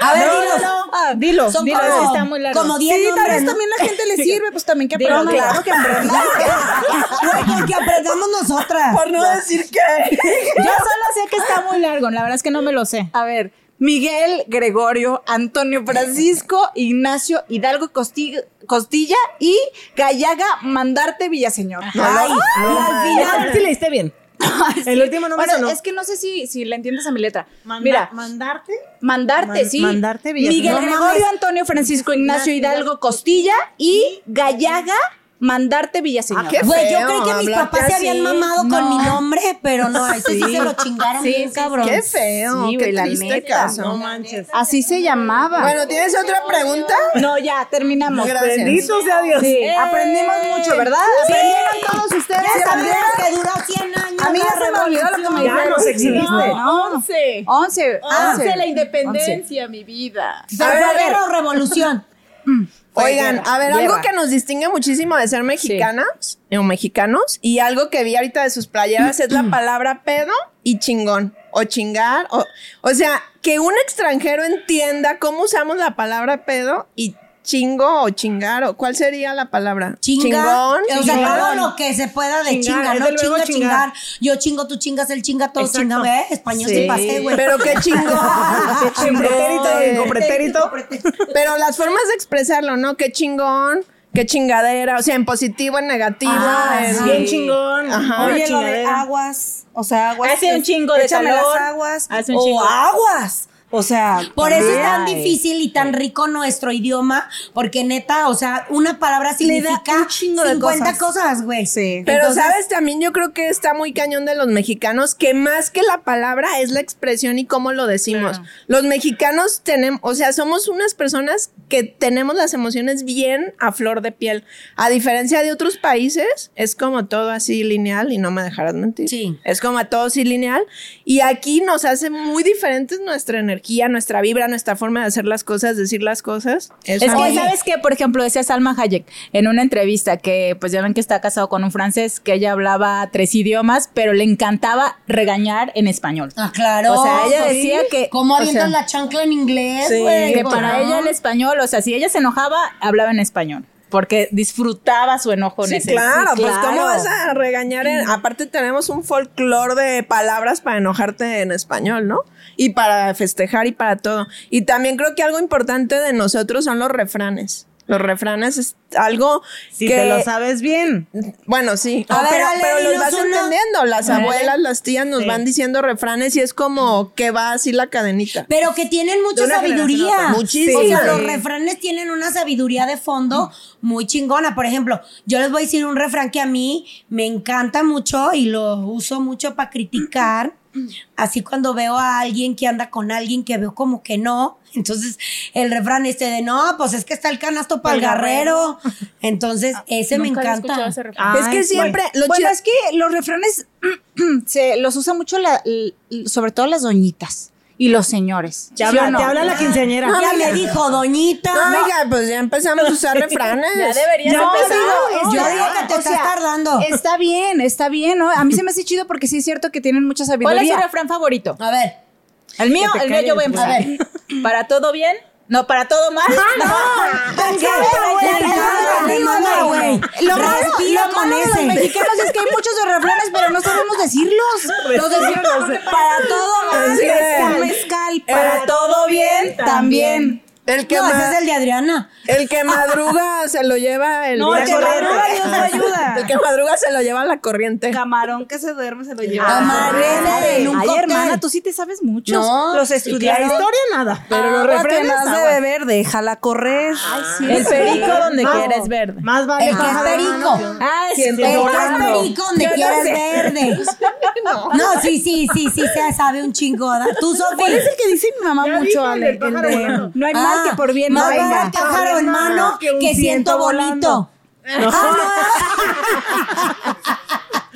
Speaker 2: A ver, dinos.
Speaker 1: Ah, dilo,
Speaker 2: Son
Speaker 1: dilo,
Speaker 2: como-
Speaker 1: es que está muy largo.
Speaker 2: como diez
Speaker 1: Sí, tal
Speaker 2: nombres,
Speaker 1: vez
Speaker 2: ¿no?
Speaker 1: también la gente le sirve, pues también que
Speaker 2: Pero
Speaker 1: aprenda.
Speaker 2: claro que
Speaker 5: Ah,
Speaker 2: aprendamos. Güey, porque aprendamos nosotras.
Speaker 3: Por no decir que.
Speaker 1: Yo solo sé que está muy largo, la verdad es que no me lo sé. A ver, Miguel, Gregorio, Antonio Francisco, Ignacio, Hidalgo Costi- Costilla y Gallaga Mandarte Villaseñor.
Speaker 2: Ay,
Speaker 4: Ay, a ver si leíste bien. El último no me
Speaker 1: Bueno,
Speaker 4: sonó.
Speaker 1: es que no sé si, si le entiendes a mi letra.
Speaker 4: Manda-
Speaker 1: Mira,
Speaker 4: mandarte.
Speaker 1: mandarte,
Speaker 4: man-
Speaker 1: sí.
Speaker 4: mandarte Villaseñor.
Speaker 1: Miguel
Speaker 4: No
Speaker 1: Gregorio, Antonio Francisco, Ignacio Hidalgo Costilla y Gallaga Mandarte Villaseñor.
Speaker 3: qué
Speaker 2: Güey, yo
Speaker 3: feo
Speaker 2: creí que mis
Speaker 3: hablarte
Speaker 2: papás se habían
Speaker 3: así.
Speaker 2: mamado con
Speaker 1: No.
Speaker 2: mi nombre, pero no, ese sí, se lo chingaron bien, cabrón.
Speaker 3: Qué feo.
Speaker 1: Sí,
Speaker 3: qué
Speaker 1: güey, la
Speaker 3: triste
Speaker 1: neta.
Speaker 3: caso.
Speaker 4: No manches.
Speaker 1: Así se llamaba.
Speaker 3: Bueno, ¿tienes otra pregunta?
Speaker 1: no, ya, terminamos.
Speaker 3: Gracias.
Speaker 4: Bendito sea Dios. Ah,
Speaker 1: Sí, aprendimos mucho, ¿verdad? Aprendieron todos ustedes.
Speaker 2: Ya
Speaker 1: también.
Speaker 2: sabías que duró 100 años.
Speaker 1: A mí ya se me olvidó lo que me
Speaker 4: Ya
Speaker 1: dijeron.
Speaker 4: nos exhibiste.
Speaker 1: No, no.
Speaker 5: 11.
Speaker 1: 11.
Speaker 5: 11 la
Speaker 1: once. Ah,
Speaker 5: independencia, mi vida.
Speaker 2: ¿Se fue guerra o revolución? Mm.
Speaker 3: Oigan, a ver,
Speaker 1: Guerra.
Speaker 3: algo que nos distingue muchísimo de ser mexicanas o mexicanos y algo que vi ahorita de sus playeras es
Speaker 2: Mm.
Speaker 3: la palabra pedo y chingón o chingar o, o sea, que un extranjero entienda cómo usamos la palabra pedo y chingo o chingar o cuál sería la palabra?
Speaker 2: Chinga.
Speaker 3: Chingón.
Speaker 2: o sea,
Speaker 3: chingón.
Speaker 2: todo lo que se pueda de
Speaker 4: Chingar,
Speaker 2: chinga,
Speaker 4: es
Speaker 2: ¿no?
Speaker 4: del verbo
Speaker 2: Chinga, chingar.
Speaker 4: chingar.
Speaker 2: Yo chingo, tú chingas, él chinga, todos
Speaker 4: Exacto.
Speaker 2: chingamos. ¿Eh? Español
Speaker 3: Sí.
Speaker 2: sin pasé, güey.
Speaker 3: Pero qué chingón.
Speaker 4: En pretérito, en copretérito.
Speaker 3: Pero las formas de expresarlo, ¿no? Qué chingón, qué chingadera, o sea, en positivo, en negativo,
Speaker 2: Ah,
Speaker 3: en-
Speaker 4: Bien chingón.
Speaker 3: Ajá.
Speaker 4: Una
Speaker 2: Oye, lo de
Speaker 4: chingadera.
Speaker 5: aguas, o sea, aguas.
Speaker 4: Hace un chingo de
Speaker 5: échame
Speaker 4: calor.
Speaker 5: las aguas.
Speaker 4: Hace un
Speaker 5: o
Speaker 4: chingo.
Speaker 5: aguas. O sea,
Speaker 2: Por eso es tan
Speaker 5: ay.
Speaker 2: difícil y tan rico nuestro idioma, porque neta, o sea, una palabra
Speaker 5: Le da
Speaker 2: significa
Speaker 5: un chingo de
Speaker 2: 50
Speaker 5: cosas.
Speaker 2: cosas, güey.
Speaker 5: Sí.
Speaker 3: Pero
Speaker 2: Entonces-
Speaker 3: sabes, también yo creo que está muy cañón de los mexicanos, que más que la palabra es la expresión y cómo lo decimos. Los mexicanos tenemos, o sea, somos unas personas que tenemos las emociones bien a flor de piel. A diferencia de otros países, es como todo así lineal y no me dejarás mentir.
Speaker 2: Sí.
Speaker 3: Es como a todo así lineal. Y aquí nos hace muy diferentes nuestra energía, nuestra vibra, nuestra forma de hacer las cosas, decir las cosas. Eso
Speaker 5: Es
Speaker 3: a
Speaker 5: que,
Speaker 3: mí-
Speaker 5: ¿sabes qué? Por ejemplo, decía Salma Hayek en una entrevista que, pues ya ven que está casado con un francés, que ella hablaba tres idiomas, pero le encantaba regañar en español.
Speaker 2: Ah, claro.
Speaker 5: O sea, ella
Speaker 2: Sí.
Speaker 5: decía que-
Speaker 2: ¿Cómo
Speaker 5: o
Speaker 2: avientas
Speaker 5: sea,
Speaker 2: la chancla en inglés,
Speaker 4: Sí,
Speaker 2: güey?
Speaker 5: que
Speaker 2: Pues,
Speaker 5: para
Speaker 2: no.
Speaker 5: ella el español, o sea, si ella se enojaba, hablaba en español, porque disfrutaba su enojo en
Speaker 3: Sí,
Speaker 5: ese
Speaker 3: claro,
Speaker 5: Sí,
Speaker 3: pues ¿cómo
Speaker 5: claro.
Speaker 3: vas a regañar? en- aparte tenemos un folclore de palabras para enojarte en español, ¿no? Y para festejar y para todo. Y también creo que algo importante de nosotros son los refranes. Los refranes es algo
Speaker 4: Si
Speaker 3: que
Speaker 4: te lo sabes bien.
Speaker 3: bueno, sí.
Speaker 2: A
Speaker 3: Ah,
Speaker 2: ver,
Speaker 3: pero,
Speaker 2: Ale,
Speaker 3: pero los
Speaker 2: dinos
Speaker 3: vas
Speaker 2: uno.
Speaker 3: entendiendo. Las abuelas, las tías nos van diciendo refranes y es como que va así la cadenita.
Speaker 2: Pero que tienen mucha
Speaker 4: una generación a
Speaker 2: sabiduría.
Speaker 4: otra.
Speaker 3: Muchísimo.
Speaker 2: O sea,
Speaker 3: Sí.
Speaker 2: los refranes tienen una sabiduría de fondo muy chingona. Por ejemplo, yo les voy a decir un refrán que a mí me encanta mucho y lo uso mucho para criticar. Así cuando veo a alguien que anda con alguien que veo como que no. Entonces, el refrán este de no, pues es que está el canasto para el garrero. Entonces,
Speaker 5: Ah,
Speaker 2: ese me encanta.
Speaker 3: es que siempre lo
Speaker 5: Bueno,
Speaker 3: chido-
Speaker 5: es que los refranes se los usa mucho, la- l- sobre todo las doñitas y los señores.
Speaker 4: Te
Speaker 5: ¿Sí
Speaker 4: habla,
Speaker 5: o no?
Speaker 4: te habla la quinceañera.
Speaker 2: Ah,
Speaker 5: Ah,
Speaker 2: ya me dijo, doñita.
Speaker 3: No, oiga, pues ya empezamos a usar refranes.
Speaker 5: Ya deberías
Speaker 3: No,
Speaker 5: empezar.
Speaker 3: digo,
Speaker 2: yo
Speaker 5: ya.
Speaker 2: digo que te
Speaker 5: O
Speaker 2: estás
Speaker 5: sea,
Speaker 2: tardando.
Speaker 5: Está bien, está bien, ¿no? A mí se me hace chido porque sí es cierto que tienen mucha sabiduría. ¿Cuál es tu refrán favorito?
Speaker 2: A ver.
Speaker 5: El mío, el mío yo voy a empezar.
Speaker 2: A ver.
Speaker 5: Para todo bien, no para todo mal.
Speaker 2: Lo malo, lo malo de los mexicanos
Speaker 5: es que hay muchos de refranes, pero no sabemos decirlos.
Speaker 2: Los decimos para todo mal, este,
Speaker 3: Así es.
Speaker 2: mezcal,
Speaker 8: este,
Speaker 2: mezcal, para todo.
Speaker 5: bien, también.
Speaker 3: El que
Speaker 2: No,
Speaker 3: más-
Speaker 2: ese es el de Adriana.
Speaker 3: El que madruga se lo lleva el
Speaker 4: No, el que
Speaker 3: viento.
Speaker 4: madruga Dios lo
Speaker 5: ayuda.
Speaker 3: El que madruga se lo lleva la corriente.
Speaker 5: Camarón que se duerme se lo lleva.
Speaker 8: Ah,
Speaker 2: Camarena en un
Speaker 5: Ay,
Speaker 2: cóctel.
Speaker 5: hermana, tú sí te sabes muchos.
Speaker 2: No,
Speaker 5: los
Speaker 4: La
Speaker 5: estudiaste.
Speaker 4: historia nada. Pero los
Speaker 5: Agua que
Speaker 4: refranes.
Speaker 5: más
Speaker 4: aguas.
Speaker 5: beber, déjala correr.
Speaker 2: El
Speaker 5: el perico donde quieres verde.
Speaker 4: Más vale
Speaker 2: El que es
Speaker 4: paja de
Speaker 2: perico.
Speaker 4: mano que-
Speaker 5: Ah,
Speaker 2: El que es perico donde quieras verde. No, sí, sí, sí, sí, se sabe un chingo. ¿da? Tú,
Speaker 5: ¿Cuál es
Speaker 2: Sofía.
Speaker 5: el que dice mi mamá
Speaker 4: Ya
Speaker 5: mucho,
Speaker 4: dijo
Speaker 5: Ale?
Speaker 4: el del
Speaker 5: El
Speaker 4: pájaro
Speaker 5: de,
Speaker 4: volando.
Speaker 5: no hay Ah, mal
Speaker 1: Ah,
Speaker 5: que por bien
Speaker 2: Más
Speaker 5: venga.
Speaker 2: vale pájaro en mano
Speaker 4: que un
Speaker 2: que siento
Speaker 4: ciento
Speaker 2: bonito.
Speaker 4: volando.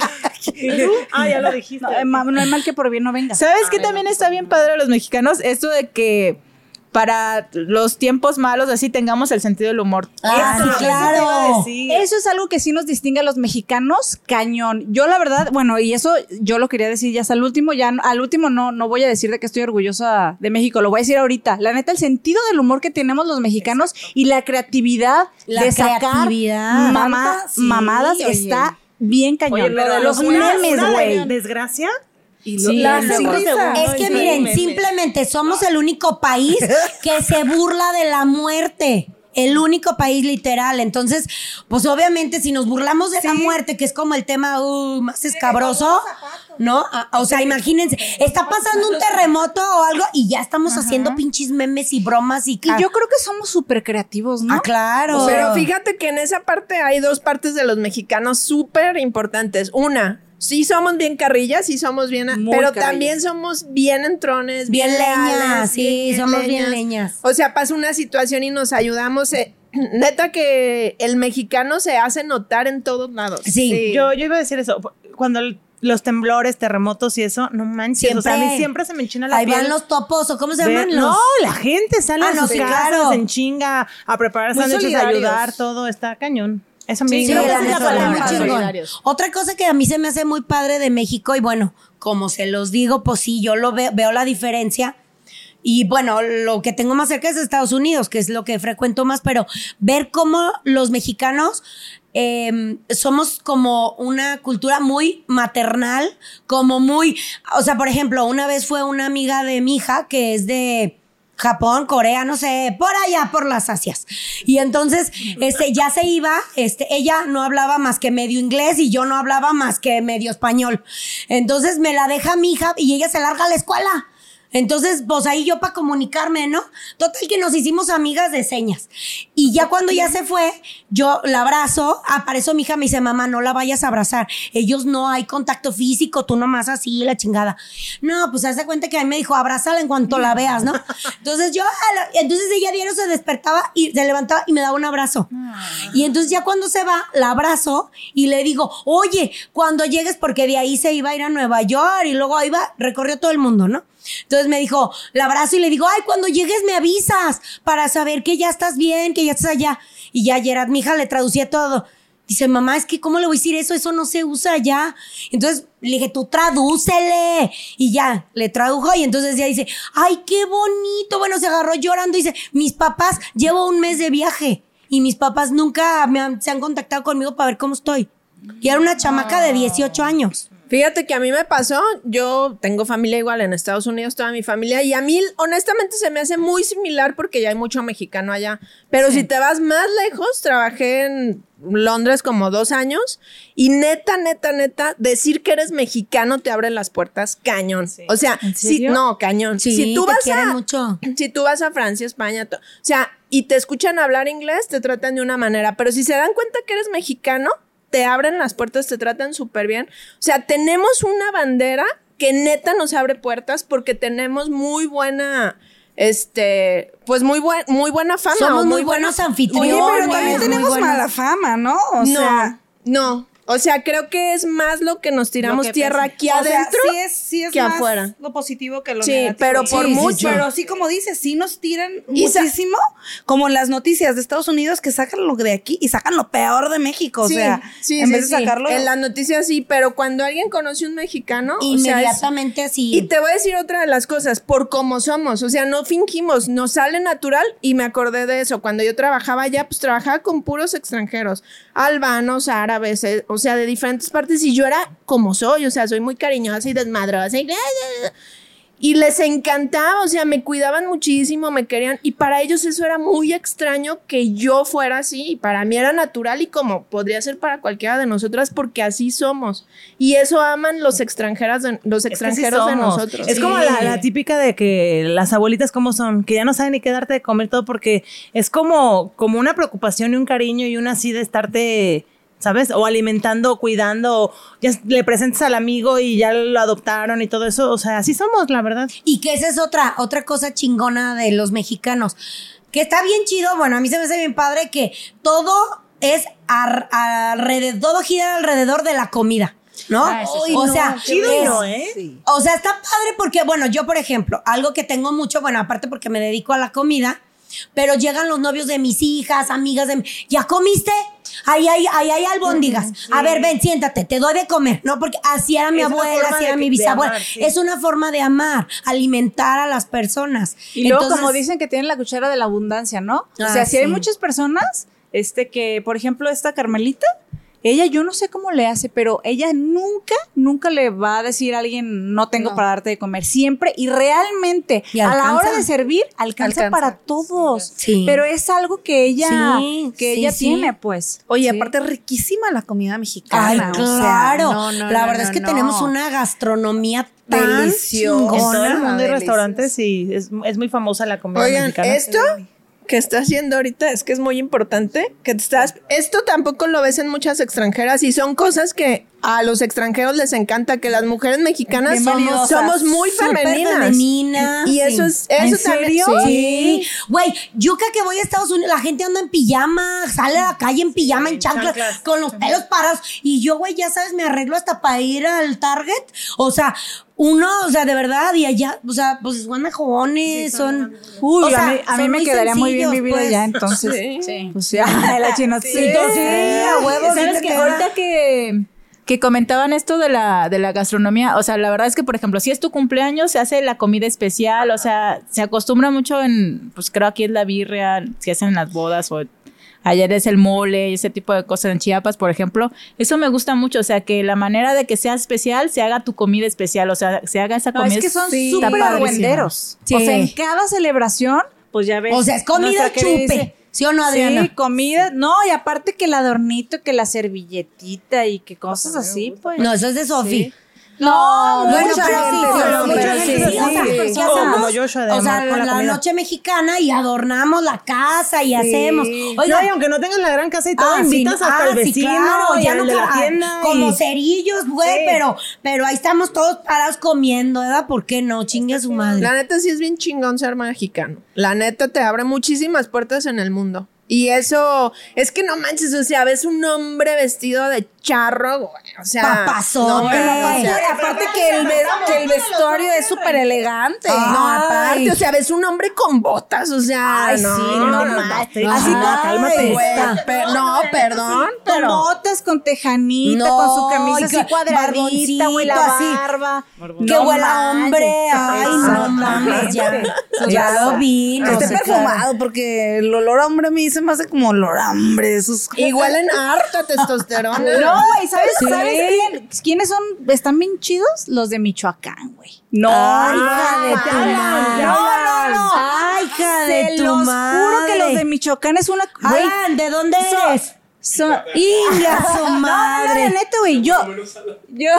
Speaker 4: Ah, ya lo dijiste.
Speaker 5: No, eh, ma- no hay mal que por bien no venga.
Speaker 1: ¿Sabes qué también está bien padre de los mexicanos? Esto de que para los tiempos malos así tengamos el sentido del humor.
Speaker 2: Ah, sí, claro.
Speaker 5: Eso es algo que sí nos distingue a los mexicanos, cañón. Yo la verdad, bueno, y eso yo lo quería decir ya hasta el último, ya no- al último no, no voy a decir de que estoy orgullosa de México, lo voy a decir ahorita. La neta, el sentido del humor que tenemos los mexicanos y la creatividad
Speaker 2: La
Speaker 5: de sacar
Speaker 2: creatividad.
Speaker 5: mamá-
Speaker 2: Tanta, sí,
Speaker 5: mamadas
Speaker 2: oye.
Speaker 5: está bien cañón.
Speaker 4: Oye, lo de
Speaker 5: los
Speaker 4: una-
Speaker 5: memes,
Speaker 4: una
Speaker 5: güey.
Speaker 4: Desgracia. Y
Speaker 5: Sí,
Speaker 3: La
Speaker 5: luego-
Speaker 3: sonrisa.
Speaker 2: Es que miren, simplemente somos el único país que se burla de la muerte. El único país literal. Entonces, pues obviamente si nos burlamos de la muerte, que es como el tema uh, más escabroso, ¿no? Ah, O sea, imagínense, está pasando un terremoto o algo y ya estamos haciendo pinches memes y bromas y...
Speaker 5: Y yo creo que somos súper creativos, ¿no?
Speaker 2: Ah, claro.
Speaker 3: Pero fíjate que en esa parte hay dos partes de los mexicanos súper importantes. Una, sí somos bien carrillas, sí somos bien, pero también somos bien entrones, bien,
Speaker 2: Bien leñas,
Speaker 3: leales,
Speaker 2: sí, somos bien leñas.
Speaker 3: O sea, pasa una situación y nos ayudamos. eh, neta que el mexicano se hace notar en todos lados.
Speaker 2: Sí.
Speaker 4: Yo, yo iba a decir eso. Cuando el- los temblores, terremotos y eso, no manches. O sea, a mí
Speaker 2: Siempre.
Speaker 4: siempre se me enchina la
Speaker 2: Ahí
Speaker 4: piel.
Speaker 2: van los topos o cómo se
Speaker 4: Ve-
Speaker 2: llaman los...
Speaker 4: no, la gente sale
Speaker 2: Ah,
Speaker 4: a
Speaker 2: no,
Speaker 4: sus
Speaker 2: sí,
Speaker 4: casas
Speaker 2: claro.
Speaker 4: en chinga a preparar sándwiches, a
Speaker 3: solidarios.
Speaker 4: ayudar, todo está cañón. Eso me
Speaker 2: Sí,
Speaker 4: creo que
Speaker 2: la
Speaker 4: es una
Speaker 2: neta,
Speaker 4: palabra.
Speaker 2: muy chingón. Otra cosa que a mí se me hace muy padre de México, y bueno, como se los digo, pues sí, yo lo ve- veo la diferencia. Y bueno, lo que tengo más cerca es Estados Unidos, que es lo que frecuento más, pero ver cómo los mexicanos eh, somos como una cultura muy maternal, como muy, o sea, por ejemplo, una vez fue una amiga de mi hija que es de... Japón, Corea, no sé, por allá, por las Asias. Y entonces, este, ya se iba, este, ella no hablaba más que medio inglés y yo no hablaba más que medio español. Entonces me la deja mi hija y ella se larga a la escuela. Entonces, pues ahí yo para comunicarme, ¿no? Total que nos hicimos amigas de señas. Y ya cuando ya se fue, yo la abrazo, apareció mi hija, me dice, mamá, no la vayas a abrazar. Ellos no hay contacto físico, tú nomás así, la chingada. No, pues hace cuenta que a mí me dijo, abrázala en cuanto la veas, ¿no? Entonces yo, a la- entonces ella diario se despertaba y se levantaba y me daba un abrazo. Y entonces ya cuando se va, la abrazo y le digo, oye, cuando llegues, porque de ahí se iba a ir a Nueva York y luego iba, recorrió todo el mundo, ¿no? Entonces me dijo, la abrazo y le digo, ay, cuando llegues me avisas para saber que ya estás bien, que ya estás allá. Y ya Gerard, mi hija, le traducía todo. Dice, mamá, es que ¿cómo le voy a decir eso? Eso no se usa allá. Entonces le dije, tú tradúcele. Y ya, le tradujo. Y entonces ya dice, ay, qué bonito. Bueno, se agarró llorando. Dice, mis papás, llevo un mes de viaje. Y mis papás nunca me han- se han contactado conmigo para ver cómo estoy. Y era una chamaca de 18 años.
Speaker 3: Fíjate que a mí me pasó, yo tengo familia igual en Estados Unidos, toda mi familia, y a mí honestamente se me hace muy similar porque ya hay mucho mexicano allá, pero si te vas más lejos, trabajé en Londres como dos años y neta, neta, neta, decir que eres mexicano te abre las puertas cañón. O sea, si, no, cañón. si tú
Speaker 2: te
Speaker 3: vas
Speaker 2: quieren
Speaker 3: a...
Speaker 2: mucho.
Speaker 3: Si tú vas a Francia, España, to- o sea, y te escuchan hablar inglés, te tratan de una manera, pero si se dan cuenta que eres mexicano, te abren las puertas, te tratan súper bien. O sea, tenemos una bandera que neta nos abre puertas porque tenemos muy buena, este, pues muy, buen, Ah, muy buena fama. o
Speaker 2: Somos muy,
Speaker 3: buena-
Speaker 2: buenos anfitriones.
Speaker 1: Oye, pero
Speaker 2: muy
Speaker 1: también tenemos
Speaker 2: buenos.
Speaker 1: mala fama, ¿no? O
Speaker 3: no,
Speaker 1: sea,
Speaker 3: no. O sea, creo que es más lo que nos tiramos tierra aquí
Speaker 1: o sea,
Speaker 3: adentro.
Speaker 1: sí es, sí es
Speaker 3: que
Speaker 1: más
Speaker 3: afuera.
Speaker 1: lo positivo que lo
Speaker 3: Sí,
Speaker 1: negativo.
Speaker 3: pero por
Speaker 1: sí,
Speaker 3: mucho.
Speaker 1: Pero sí, como dices, sí nos tiran
Speaker 3: Y sa-
Speaker 1: muchísimo, como en las noticias de Estados Unidos que sacan lo de aquí y sacan lo peor de México. O
Speaker 3: Sí,
Speaker 1: sea,
Speaker 3: sí,
Speaker 1: en
Speaker 3: sí,
Speaker 1: vez de
Speaker 3: sí.
Speaker 1: sacarlo.
Speaker 3: En las noticias sí, pero cuando alguien conoce a un mexicano, o sea, es-
Speaker 2: Inmediatamente así.
Speaker 3: Y te voy a decir otra de las cosas, por cómo somos, o sea, no fingimos, nos sale natural y me acordé de eso. Cuando yo trabajaba allá, pues trabajaba con puros extranjeros, albanos, árabes, eh, o sea, de diferentes partes y yo era como soy, o sea, soy muy cariñosa y desmadrosa y... Y les encantaba, o sea, me cuidaban muchísimo, me querían. Y para ellos eso era muy extraño que yo fuera así. Y para mí era natural y como podría ser para cualquiera de nosotras, porque así somos. Y eso aman los extranjeros de, los
Speaker 4: Es que sí
Speaker 3: extranjeros de
Speaker 4: somos.
Speaker 3: nosotros.
Speaker 4: Es como la, la típica de que las abuelitas como son, que ya no saben ni qué darte de comer todo porque es como, como una preocupación y un cariño y una así de estarte, ¿sabes? O alimentando, o cuidando, o ya s- le presentas al amigo y ya lo adoptaron y todo eso. O sea, así somos, la verdad.
Speaker 2: Y que esa es otra, otra cosa chingona de los mexicanos. Que está bien chido, bueno, a mí se me hace bien padre que todo es ar- alrededor, todo gira alrededor de la comida. ¿No? o sea, es- O sea, está padre porque, bueno, yo, por ejemplo, algo que tengo mucho, bueno, aparte porque me dedico a la comida, pero llegan los novios de mis hijas, amigas de mi, ¿ya comiste? Ahí hay, ahí hay albóndigas. A ver, ven, siéntate, te doy de comer, ¿no? Porque así era mi
Speaker 4: Es una
Speaker 2: abuela,
Speaker 4: forma
Speaker 2: así
Speaker 4: de
Speaker 2: era
Speaker 4: que-
Speaker 2: mi
Speaker 4: de
Speaker 2: bisabuela.
Speaker 4: amar, sí.
Speaker 2: Es una forma de amar, alimentar a las personas.
Speaker 5: Y luego,
Speaker 2: Entonces,
Speaker 5: como dicen que tienen la cuchara de la abundancia, ¿no? o
Speaker 2: Ah,
Speaker 5: sea, si hay
Speaker 2: sí.
Speaker 5: muchas personas, este que, por ejemplo, esta Carmelita, ella yo no sé cómo le hace, pero ella nunca, nunca le va a decir a alguien, no tengo para darte de comer, siempre y realmente
Speaker 2: Y
Speaker 5: a la hora
Speaker 2: alcanza.
Speaker 5: de servir alcanza,
Speaker 3: Alcanza.
Speaker 5: para todos.
Speaker 2: Sí.
Speaker 5: Pero es algo que ella,
Speaker 2: Sí,
Speaker 5: que
Speaker 2: sí,
Speaker 5: ella
Speaker 2: sí.
Speaker 5: tiene, pues.
Speaker 1: Oye,
Speaker 5: Sí.
Speaker 1: aparte riquísima la comida mexicana.
Speaker 2: Ay,
Speaker 1: o sea,
Speaker 2: claro.
Speaker 1: no, no,
Speaker 2: la
Speaker 1: no,
Speaker 2: verdad
Speaker 1: no,
Speaker 2: es que
Speaker 1: no.
Speaker 2: tenemos una gastronomía tan
Speaker 1: Deliciosa.
Speaker 4: En todo
Speaker 2: chingona.
Speaker 4: el mundo hay
Speaker 1: delicias.
Speaker 4: restaurantes y es, es muy famosa la comida
Speaker 3: Oigan,
Speaker 4: mexicana.
Speaker 3: esto que está haciendo ahorita es que es muy importante que te estás esto tampoco lo ves en muchas extranjeras y son cosas que a los extranjeros les encanta que las mujeres mexicanas somos, somos muy
Speaker 2: Súper
Speaker 3: femeninas
Speaker 2: femenina.
Speaker 3: y eso es eso
Speaker 2: ¿En
Speaker 3: también-
Speaker 2: serio?
Speaker 3: sí.
Speaker 2: Sí. Güey, yo creo que voy a Estados Unidos, la gente anda en pijama, sale a la calle en pijama, en chanclas, con los pelos parados. Y yo, güey, ya sabes, me arreglo hasta para ir al Target. O sea, uno, o sea, de verdad, y allá, o sea, pues son mejones, son.
Speaker 5: Uy,
Speaker 2: o
Speaker 5: a
Speaker 2: sea,
Speaker 5: mí, a mí
Speaker 2: son
Speaker 5: me quedaría muy bien
Speaker 2: sencillos,
Speaker 5: vivir
Speaker 2: pues.
Speaker 5: allá, entonces. O sea, la chino.
Speaker 2: Sí, sí, a huevo,
Speaker 5: ¿Sabes
Speaker 2: sí te
Speaker 5: qué?
Speaker 2: queda.
Speaker 5: Ahorita que que comentaban esto de la, de la gastronomía. O sea, la verdad es que, por ejemplo, si es tu cumpleaños, se hace la comida especial. O sea, se acostumbra mucho en, pues creo aquí es la birria, si hacen en las bodas o ayer es el mole y ese tipo de cosas en Chiapas, por ejemplo. Eso me gusta mucho, o sea, que la manera de que sea especial, se haga tu comida especial, o sea, se haga esa
Speaker 1: No,
Speaker 5: comida.
Speaker 1: es que son
Speaker 5: Sí.
Speaker 1: súper
Speaker 5: Está padrísimo.
Speaker 1: argüenderos.
Speaker 2: Sí.
Speaker 1: O sea, en cada celebración, pues ya ves.
Speaker 2: O sea, es comida
Speaker 1: nuestra querida dice,
Speaker 2: chupe. ¿Sí o no, Adriana?
Speaker 1: Sí, comida. No, y aparte que el adornito, que la servilletita y que cosas así, pues.
Speaker 2: No, eso es de Sofi.
Speaker 1: No,
Speaker 4: Oh,
Speaker 2: Bueno,
Speaker 1: mucha
Speaker 2: pero sí,
Speaker 1: gente,
Speaker 2: pero
Speaker 1: mucha
Speaker 2: pero
Speaker 1: gente
Speaker 2: sí,
Speaker 1: sí.
Speaker 2: o sea,
Speaker 1: Sí.
Speaker 2: ¿qué
Speaker 1: O
Speaker 2: hacemos?
Speaker 4: como Joshua de
Speaker 2: O sea,
Speaker 4: Marco
Speaker 2: la,
Speaker 4: la
Speaker 2: la
Speaker 4: comida.
Speaker 2: noche mexicana y adornamos la casa y hacemos.
Speaker 4: no,
Speaker 2: Oigan,
Speaker 4: y aunque no tengas la gran casa y todo,
Speaker 2: ah, sí,
Speaker 4: invitas hasta
Speaker 2: ah,
Speaker 4: el
Speaker 2: sí,
Speaker 4: vecino
Speaker 2: claro,
Speaker 4: y al de la
Speaker 2: ca-
Speaker 4: tienda.
Speaker 2: Como
Speaker 4: y-
Speaker 2: cerillos, güey, pero, pero ahí estamos todos parados comiendo, ¿verdad? ¿Por qué no? Chingue a su madre.
Speaker 3: La neta sí es bien chingón ser mexicano. La neta te abre muchísimas puertas en el mundo. Y eso, es que no manches, o sea, ves un hombre vestido de charro, güey. O sea,
Speaker 2: Papazote.
Speaker 3: no, pero, o sea,
Speaker 1: Aparte que el, ve- que el vestuario es súper elegante.
Speaker 3: no,
Speaker 2: Ay.
Speaker 3: aparte, o sea, ves un hombre con botas, o sea,
Speaker 2: Ay,
Speaker 3: no,
Speaker 2: sí, no
Speaker 3: no,
Speaker 2: manches.
Speaker 3: te-
Speaker 2: Así no,
Speaker 3: Ay,
Speaker 2: cálmate.
Speaker 3: güey,
Speaker 2: Está.
Speaker 3: per- no, perdón,
Speaker 1: Con
Speaker 3: pero
Speaker 1: botas, con tejanita,
Speaker 2: No,
Speaker 1: con su camisa
Speaker 2: que-
Speaker 1: así cuadradita, güey, la
Speaker 2: barboncito, así.
Speaker 1: barba.
Speaker 2: Que
Speaker 1: No
Speaker 2: huela
Speaker 1: manches.
Speaker 2: hombre. Ay, no
Speaker 1: Exactamente.
Speaker 2: mames, ya. Ya lo vi.
Speaker 1: Que
Speaker 2: no
Speaker 1: esté
Speaker 2: sé,
Speaker 1: perfumado, porque el olor a hombre a mí se me hace como olor a hombre. Esos...
Speaker 3: igual en harta testosterona.
Speaker 1: No, güey, ¿sabes, ¿sabes quién- quiénes son? ¿Están bien chidos? Los de Michoacán, güey. No,
Speaker 2: Ay,
Speaker 1: hija de tu madre.
Speaker 2: No, no, no. Ay, hija de
Speaker 1: Se
Speaker 2: tu
Speaker 1: los
Speaker 2: madre.
Speaker 1: juro que los de Michoacán es una... güey,
Speaker 2: Alan, ¿de dónde eres?
Speaker 1: son-
Speaker 2: Inga, su
Speaker 1: No, no, la
Speaker 2: madre.
Speaker 1: neta, güey, yo... yo